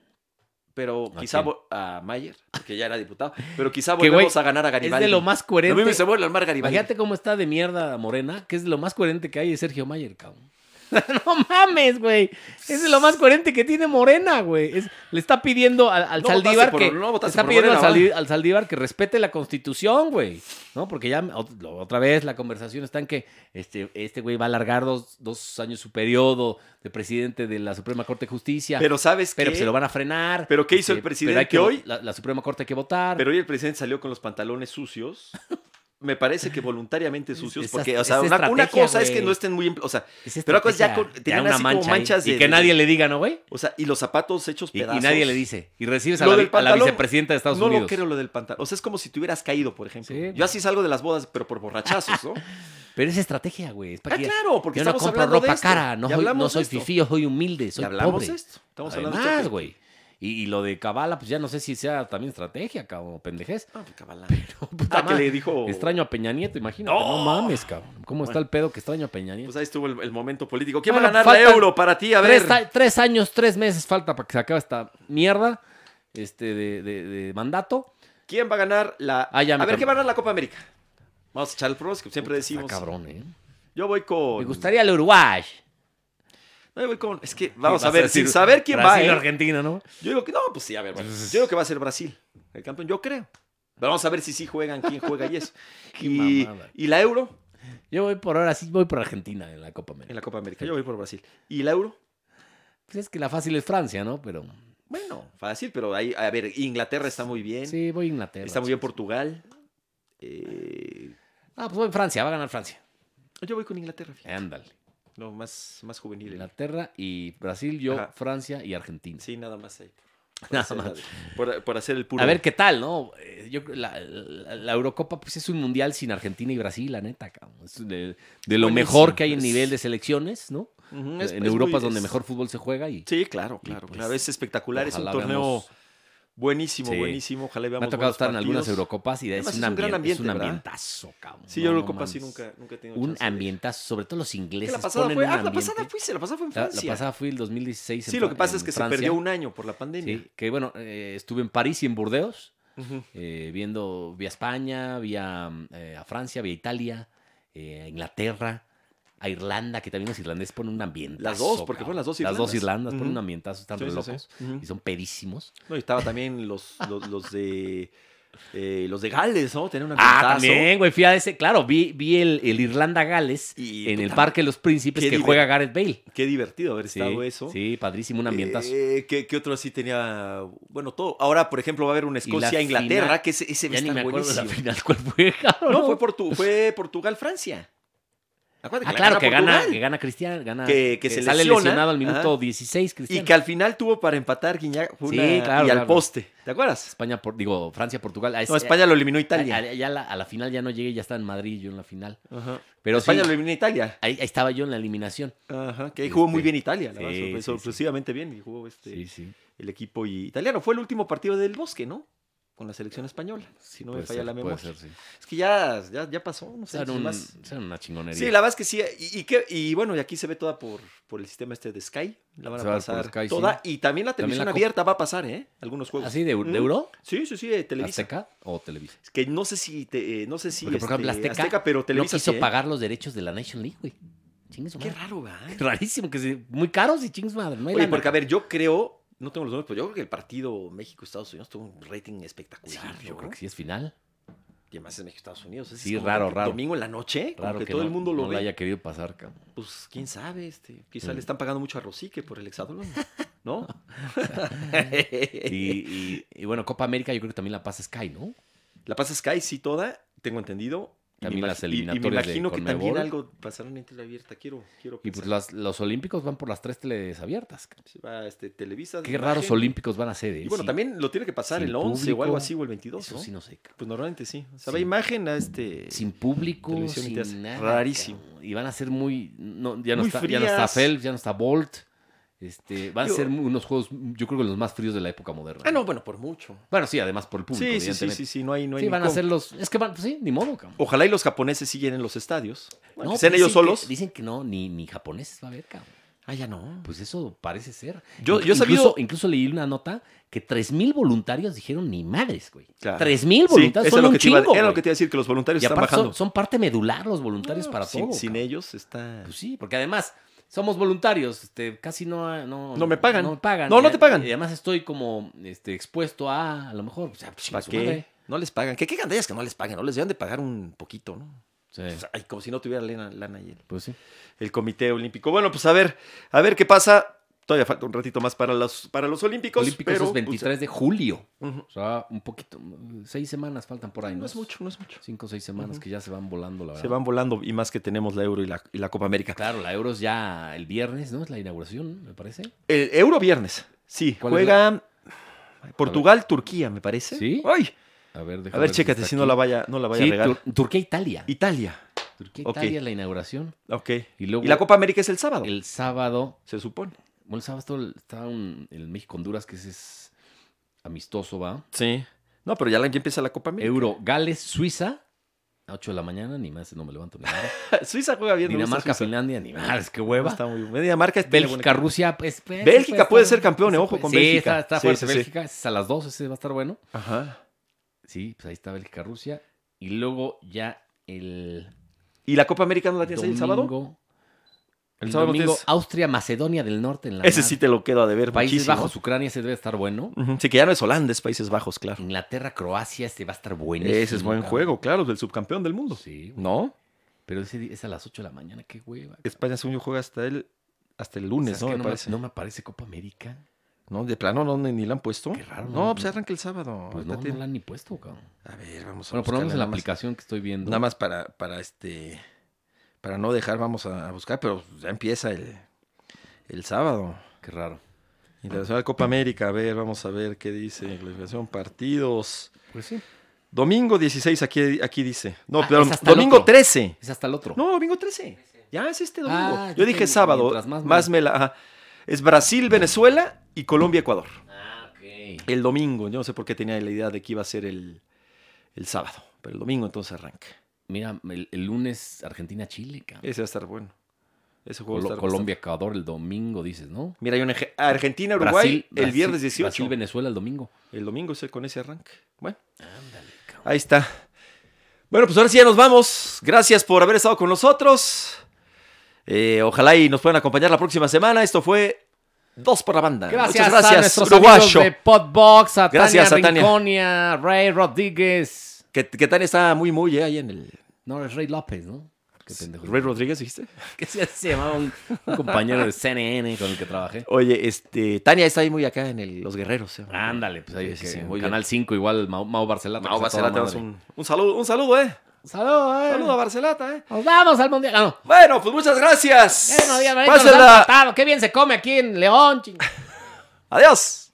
A: pero
B: ¿A
A: quizá
B: quién?
A: vo- a Mayer, que ya era diputado, pero quizá
B: Que, güey,
A: volvemos a ganar a
B: es
A: Garibaldi.
B: de lo más
A: Lo mismo
B: coherente.
A: se vuelve a armar Garibaldi.
B: Imagínate cómo está de mierda Morena, que es de lo más coherente que hay de Sergio Mayer, cabrón. no mames, güey. Es de lo más coherente que tiene Morena, güey. Es- le está pidiendo al, al
A: No votaste
B: Saldívar
A: por-
B: que
A: no votaste
B: está
A: por
B: pidiendo
A: Morena,
B: al, Saldi- al Saldívar que respete la Constitución, güey. ¿No? Porque ya ot- lo- otra vez la conversación está en que este este güey va a alargar dos, dos años su periodo de presidente de la Suprema Corte de Justicia. Pero,
A: Pero sabes que...
B: se lo van a frenar.
A: ¿Pero qué hizo
B: Este,
A: el presidente
B: pero hay que-
A: hoy?
B: La, la Suprema Corte hay que votar.
A: Pero hoy el presidente salió con los pantalones sucios. Me parece que voluntariamente sucios,
B: es
A: porque,
B: esta-
A: o sea,
B: es
A: una, una
B: estrategia,
A: cosa es que
B: güey.
A: no estén muy... empl- O sea,
B: Es
A: pero acuérdate, ya
B: estrategia,
A: con- tenían así como
B: ahí,
A: manchas
B: y
A: de-
B: que
A: de-
B: nadie le diga, ¿no, güey?
A: o sea, y los zapatos hechos
B: Y, y
A: pedazos.
B: nadie le dice. Y recibes a
A: Lo
B: la,
A: del
B: vi- a la
A: pantalón,
B: vicepresidenta de Estados
A: no
B: Unidos.
A: lo creo lo del pantalón. O sea, es como si te hubieras caído, por ejemplo.
B: Sí.
A: Yo así salgo de las bodas, pero por borrachazos, ¿no?
B: Pero es estrategia, güey. Es para
A: ah,
B: que-
A: claro, porque
B: yo no
A: estamos
B: compro
A: hablando de
B: ropa
A: esto.
B: cara. No,
A: Ya
B: soy-
A: hablamos
B: no
A: de
B: soy
A: esto.
B: fifí, yo soy humilde. Soy
A: Ya hablamos
B: pobre.
A: de esto. Estamos hablando de
B: Además,
A: esto.
B: güey. Y, y lo de Cabala, pues ya no sé si sea también estrategia, cabrón. Pendejez.
A: Ah, pues, cabalá. Ah,
B: Puta
A: que
B: madre.
A: le dijo.
B: Extraño a Peña Nieto, imagínate.
A: ¡No!
B: No, mames, cabrón. ¿Cómo está
A: Bueno.
B: el pedo que extraño a Peña Nieto?
A: Pues ahí estuvo el, el momento político. ¿Quién va
B: Bueno,
A: a ganar la
B: faltan
A: euro para ti? Pues, A ver.
B: tres, ta- tres años, tres meses falta para que se acabe esta mierda este, de, de- de mandato.
A: ¿Quién va a ganar la.
B: Ah, ya me
A: a ver,
B: cambié.
A: ¿quién va a ganar la Copa América? Vamos a echar el pronóstico. Siempre
B: Está
A: decimos.
B: cabrón, ¿eh?
A: Yo voy con.
B: Me gustaría el Uruguay.
A: No, yo voy con. Es que vamos
B: Vas
A: a ver,
B: decir
A: sin saber quién va.
B: Brasil,
A: ¿eh?
B: Argentina, ¿no?
A: Yo digo que no, pues sí, a ver, bueno, yo digo que va a ser Brasil, el campeón, yo creo. Pero vamos a ver si sí juegan, quién juega y eso.
B: Qué
A: y,
B: mamada.
A: y la Euro
B: Yo voy por ahora, sí voy por Argentina en la Copa América.
A: en la Copa América, yo voy por Brasil. Y la Euro,
B: Pues es que la fácil es Francia, ¿no? Pero
A: bueno, fácil, pero ahí, a ver, Inglaterra está muy bien,
B: sí, voy a Inglaterra.
A: está muy bien Portugal. Eh,
B: Ah, pues voy a Francia, va a ganar Francia.
A: yo voy con Inglaterra, fíjate.
B: Ándale.
A: No, más, más juvenil.
B: Inglaterra y Brasil, yo,
A: Ajá.
B: Francia y Argentina.
A: Sí, nada más ahí. Por,
B: Nada
A: hacer,
B: más.
A: la- por- por hacer el puro.
B: A ver qué tal, ¿no? Eh, Yo, creo- la, la- la Eurocopa pues es un mundial sin Argentina y Brasil, la neta. cabrón. Es de, de lo
A: Buenísimo,
B: mejor que hay en
A: es-
B: nivel de selecciones, ¿no?
A: Ujú, es-
B: en
A: es
B: Europa
A: muy-
B: es donde
A: es-
B: mejor fútbol se juega y
A: Sí, claro,
B: Y
A: claro,
B: pues,
A: claro. Es espectacular, es un
B: ojalá
A: torneo
B: veamos-
A: buenísimo,
B: Sí.
A: buenísimo. Ojalá y
B: me
A: veamos.
B: ha tocado
A: buenos
B: estar en algunas
A: partidos.
B: Eurocopas y es,
A: Además,
B: un,
A: es un gran
B: ambiente, es un
A: ambiente, ¿verdad?
B: ambientazo, cabrón.
A: Sí,
B: No,
A: yo
B: no
A: Eurocopa sí
B: mames.
A: nunca, nunca he tenido
B: Un
A: chance de ir.
B: ambientazo, sobre todo los ingleses.
A: Que la pasada
B: ponen
A: fue,
B: un
A: ah, la pasada
B: ambiente-
A: fue, se la pasada fue en
B: La- la
A: Francia.
B: pasada fue el 2016. en
A: sí, lo
B: Fra-
A: que pasa es
B: en
A: que
B: Francia.
A: se perdió un año por la pandemia.
B: Sí, que bueno, eh, estuve en París y en Burdeos,
A: Ujú.
B: eh, viendo vía España, vía eh, a Francia, vía Italia, eh, a Inglaterra, a Irlanda, que también los irlandeses ponen un ambientazo.
A: Las dos, porque fueron las dos
B: Las dos
A: Irlandas.
B: Irlandas ponen
A: Ujú.
B: un ambientazo, están
A: Sí,
B: re
A: sí, sí.
B: locos
A: Ujú.
B: y son pedísimos.
A: No, y estaba también los, los, los de eh, los de Gales, ¿no? Tenían un
B: Ah,
A: ambientazo.
B: también, güey, fui a ese, claro, vi, vi el, Irlanda-Gales
A: Y
B: en el
A: puta,
B: Parque de los Príncipes
A: qué
B: que
A: diver-
B: juega Gareth Bale.
A: Qué divertido haber
B: Sí,
A: estado eso.
B: sí, padrísimo, un ambientazo.
A: Eh, ¿qué, qué otro así tenía? Bueno, todo. Ahora, por ejemplo, va a haber una Escocia-Inglaterra,
B: final-
A: que ese, ese va a
B: ya ni
A: estar
B: me acuerdo de la
A: buenísimo.
B: final cuál fue, cabrón.
A: No, fue, Portu- fue Portugal-Francia. Acuérdate
B: Ah, claro, que gana,
A: Portugal.
B: que gana Cristiano, gana.
A: Que- que se
B: sale
A: lesiona.
B: lesionado al minuto
A: Ajá.
B: 16, Cristiano.
A: Y que al final tuvo para empatar Guiñac fue
B: Sí,
A: una-
B: claro,
A: y al
B: claro.
A: poste. ¿Te acuerdas?
B: España, por, digo, Francia, Portugal. a ese-
A: No, España lo eliminó
B: a- a-
A: Italia.
B: ya la- a la final ya no llegué, ya estaba en Madrid yo en la final.
A: Ajá.
B: Pero
A: España
B: sí,
A: lo eliminó Italia.
B: ahí, ahí estaba yo en la eliminación.
A: Ajá, que ahí jugó muy
B: Este,
A: bien Italia, la
B: sí,
A: verdad, sorpre-
B: sí, sí.
A: sorpresivamente bien. Y jugó este,
B: Sí, sí.
A: el equipo y- italiano. Fue el último partido del Bosque, ¿no? Con la selección española. Si no me
B: puede
A: falla
B: ser,
A: la
B: puede
A: memoria.
B: ser, sí.
A: Es que ya, ya, ya pasó, no sé.
B: Era
A: sin
B: un-
A: más.
B: era una chingonería.
A: Sí, la verdad es que sí. Y, y que- y bueno, y aquí se ve toda por, por el sistema este de Sky. La van a
B: Se va a ver por
A: pasar
B: Sky, sí.
A: toda. Y también la
B: También
A: televisión
B: la Copa-
A: abierta va a pasar, ¿eh? Algunos juegos.
B: ¿Así de,
A: Mm.
B: de Euro?
A: Sí, sí, sí, de Televisa.
B: ¿Azteca o Televisa?
A: Es que no sé si, te- eh, no sé si
B: Porque, por
A: este,
B: ejemplo, Azteca
A: pero
B: No
A: Televisa
B: quiso
A: sí, ¿eh?
B: pagar los derechos de la Nation League, güey. Chingue su
A: Qué
B: madre.
A: raro, ¿verdad?
B: Rarísimo, que se, muy caros y chingues madre. No hay
A: Oye,
B: lana.
A: porque a ver, yo creo, no tengo los números, pero yo creo que el partido México-Estados Unidos tuvo un rating
B: Sí,
A: espectacular.
B: yo creo que sí es final.
A: Y además es México-Estados Unidos. es
B: Sí,
A: como
B: raro,
A: que
B: raro.
A: Domingo en la noche, como
B: Raro
A: que, todo
B: no-
A: el mundo lo
B: no
A: ve.
B: haya querido pasar, cabrón.
A: Pues quién sabe, este, quizá
B: Mm.
A: le están pagando mucho a Rosique por el hexadón, ¿no?
B: Y, y- y bueno, Copa América yo creo que también la pasa Sky, ¿no?
A: La pasa Sky, sí, toda, tengo entendido. Y me
B: También las
A: imagi- y-
B: eliminatorias
A: Y, me imagino
B: de
A: que también
B: Conmebol.
A: algo pasarán en tele abierta. Quiero, quiero
B: Y
A: pensar.
B: pues las- los olímpicos van por las tres teles abiertas. cabrón.
A: Sí, va, este, Televisa.
B: Qué
A: imagen.
B: raros olímpicos van a ser. eh,
A: Y bueno,
B: sí.
A: también lo tiene que pasar
B: Sin
A: el 11 o algo
B: público.
A: así o el 22,
B: Eso
A: ¿no?
B: sí no sé. cabrón.
A: Pues normalmente sí. O sea,
B: Sí.
A: va imagen a este...
B: Sin público,
A: Televisión y te hace
B: sin nada.
A: rarísimo.
B: cabrón. Y van a ser muy... no, ya, no
A: Muy
B: está, ya no está
A: frías.
B: Phelps, ya no está Bolt. Este, van
A: Yo-
B: a ser mu- unos juegos, yo creo que los más fríos de la época moderna.
A: Ah, no, bueno, por mucho.
B: Bueno, sí, además por el público,
A: Sí, sí, sí,
B: evidentemente.
A: sí, sí, no hay, no hay
B: Sí,
A: ni
B: van a
A: cómo.
B: ser los... Es que van... pues sí, ni modo, cabrón.
A: Ojalá y los japoneses sí llenen los estadios. Bueno,
B: No,
A: que sean
B: pues
A: ellos
B: dicen que-
A: solos.
B: dicen que no, ni, ni japoneses va a haber, cabrón.
A: Ah, ya no.
B: Pues eso parece ser.
A: Yo-
B: Inc-
A: yo he sabido-
B: incluso, incluso leí una nota que 3.000 voluntarios dijeron ni madres, güey.
A: Claro.
B: 3.000
A: Sí,
B: voluntarios
A: eso
B: son
A: es lo
B: un
A: que te iba a-
B: chingo,
A: Era lo
B: güey.
A: que te iba a decir, que los voluntarios
B: Y
A: están
B: aparte
A: bajando.
B: son, son parte medular los voluntarios
A: No,
B: para
A: sin,
B: todo.
A: Sin
B: cabrón.
A: ellos está...
B: Pues sí, porque además somos voluntarios, este, casi no, no,
A: No me pagan.
B: No me pagan.
A: No, no
B: Y-
A: te pagan.
B: Y además estoy como este, expuesto a, a lo mejor, o sea, pues,
A: ¿Para
B: su
A: qué?
B: madre.
A: No les pagan. ¿Qué, qué gandallas que no les pagan? No les deben de pagar un poquito, ¿no?
B: Sí,
A: O sea, ay, como si no tuviera lana, lana ahí el,
B: pues sí.
A: el Comité Olímpico. Bueno, pues a ver, a ver qué pasa. Todavía falta un ratito más para los, para los Olímpicos.
B: Olímpicos
A: pero,
B: es 23 de julio.
A: pues, ujú.
B: O sea, un poquito, seis semanas faltan por ahí, ¿no?
A: No es mucho, no es mucho.
B: Cinco o seis semanas
A: Ujú.
B: que ya se van volando, la verdad.
A: Se van volando y más que tenemos la Euro y la, y la Copa América.
B: Claro, la Euros ya el viernes, ¿no? Es la inauguración, me parece.
A: El Euro viernes, sí.
B: ¿Cuál es
A: Juega Portugal, Turquía, me parece.
B: ¿Sí?
A: Ay,
B: A ver, déjame
A: a ver,
B: si
A: chécate
B: está
A: si no
B: aquí.
A: la vaya, no la vaya
B: Sí,
A: a regar.
B: Tur- Turquía-Italia.
A: Italia, ok.
B: Turquía-Italia la inauguración.
A: ok.
B: Y luego
A: Y la Copa América es el sábado,
B: el sábado
A: se supone.
B: Bueno, el sábado estuvo- estaba un- el México-Honduras, que ese es amistoso, ¿va?
A: Sí. No, pero ya, la- ya empieza la Copa América.
B: Euro, Gales, Suiza, a 8 de la mañana, ni más, no me levanto ni nada.
A: Suiza juega bien. me gusta
B: Dinamarca,
A: Suiza.
B: Finlandia, ni más, qué hueva.
A: Está muy bien. Dinamarca tiene buena
B: Bélgica, Rusia, pues, pues,
A: Bélgica
B: pues,
A: puede
B: está-
A: ser campeón, eh, ojo
B: pues,
A: con
B: sí,
A: Bélgica.
B: Está, está
A: Sí,
B: fuerte
A: sí, sí.
B: Bélgica, es a las 2, ese va a estar bueno.
A: Ajá.
B: Sí, pues ahí está Bélgica, Rusia. Y luego ya el
A: ¿Y la Copa América no la tienes ahí el sábado?
B: domingo-
A: El
B: El,
A: sábado
B: domingo,
A: tienes-
B: Austria, Macedonia del Norte en la
A: Ese
B: mar.
A: sí te lo quedo a deber
B: Países
A: muchísimo.
B: Bajos, Ucrania, ese debe estar bueno.
A: Ujú, Sí, que ya no es Holanda, es Países Bajos, claro.
B: Inglaterra, Croacia, este va a estar buenísimo.
A: Ese es buen
B: cabrón.
A: juego, claro, del subcampeón del mundo.
B: Sí, güey.
A: ¿No?
B: pero ese di- es a las 8 de la mañana, qué hueva. cabrón.
A: España, según yo, juega hasta el, hasta el
B: ¿Sabes
A: lunes, ¿no?
B: qué?
A: Me
B: Pues no, me,
A: parece.
B: no me aparece Copa América.
A: No, de plano no, ni, ni la han puesto.
B: Qué raro,
A: No,
B: ¿no?
A: pues arranca el sábado.
B: Pues no,
A: Ahorita
B: no
A: te-
B: la han ni puesto, cabrón.
A: A ver, vamos a
B: Bueno, por lo menos
A: buscarla
B: en la
A: nada más.
B: aplicación que estoy viendo.
A: Nada más para, para este. Para no dejar, vamos a buscar, pero ya empieza el, el sábado.
B: Qué raro.
A: Internacional Copa América, a ver, vamos a ver qué dice. Clasificación, partidos.
B: Pues sí.
A: Domingo 16, aquí, aquí dice. No,
B: Ah,
A: pero
B: es hasta el
A: domingo
B: otro.
A: 13.
B: Es hasta el otro.
A: No, domingo 13. Ya es este domingo.
B: Ah,
A: Yo
B: yo
A: dije
B: que
A: sábado.
B: mientras más me-
A: Más me la. ajá. Es Brasil, Venezuela y Colombia, Ecuador.
B: Ah, ok.
A: El domingo. Yo no sé por qué tenía la idea de que iba a ser el, el sábado. Pero el domingo entonces arranca.
B: Mira, el, el lunes Argentina-Chile, cabrón.
A: Ese va a estar bueno. Ese juego
B: Col-
A: va a estar
B: Colombia, Ecuador el domingo, dices, ¿no?
A: bastante- Mira, hay una Arge- Argentina, Uruguay, el
B: Brasil-
A: viernes 18.
B: Brasil, Venezuela el domingo.
A: el domingo ese- con ese arranque. Bueno.
B: Ándale, cabrón.
A: Ahí está. Bueno, pues ahora sí ya nos vamos. Gracias por haber estado con nosotros. Eh, ojalá y nos puedan acompañar la próxima semana. Esto fue Dos por la Banda. Muchas
B: Gracias, a
A: gracias,
B: nuestros
A: uruguayo.
B: amigos de Podbox, a
A: Gracias, a
B: Tania
A: Tania.
B: Rinconia, Ray Rodríguez.
A: Que, que Tania está muy, muy eh, ahí en el...
B: No, es Ray López, ¿no? Qué pendejo.
A: Ray Rodríguez, dijiste.
B: que se, se llamaba un, un compañero de CNN con el que trabajé.
A: Oye, este, Tania está ahí muy acá en el Los Guerreros. eh.
B: Ándale, pues ahí
A: Sí,
B: que
A: sí,
B: en
A: muy bien.
B: Canal 5 igual Mau, Mau Barcelata.
A: Mao
B: que está toda
A: Barcelata,
B: madre.
A: un, un saludo, un saludo, eh.
B: Saludos, eh.
A: Saludo a Barcelata, eh.
B: Nos vamos al mundial. Ah, no.
A: Bueno, pues muchas gracias.
B: Bueno, bien, bonito, nos han
A: Pásenla.
B: tratado. Qué bien se come aquí en León, ching.
A: Adiós.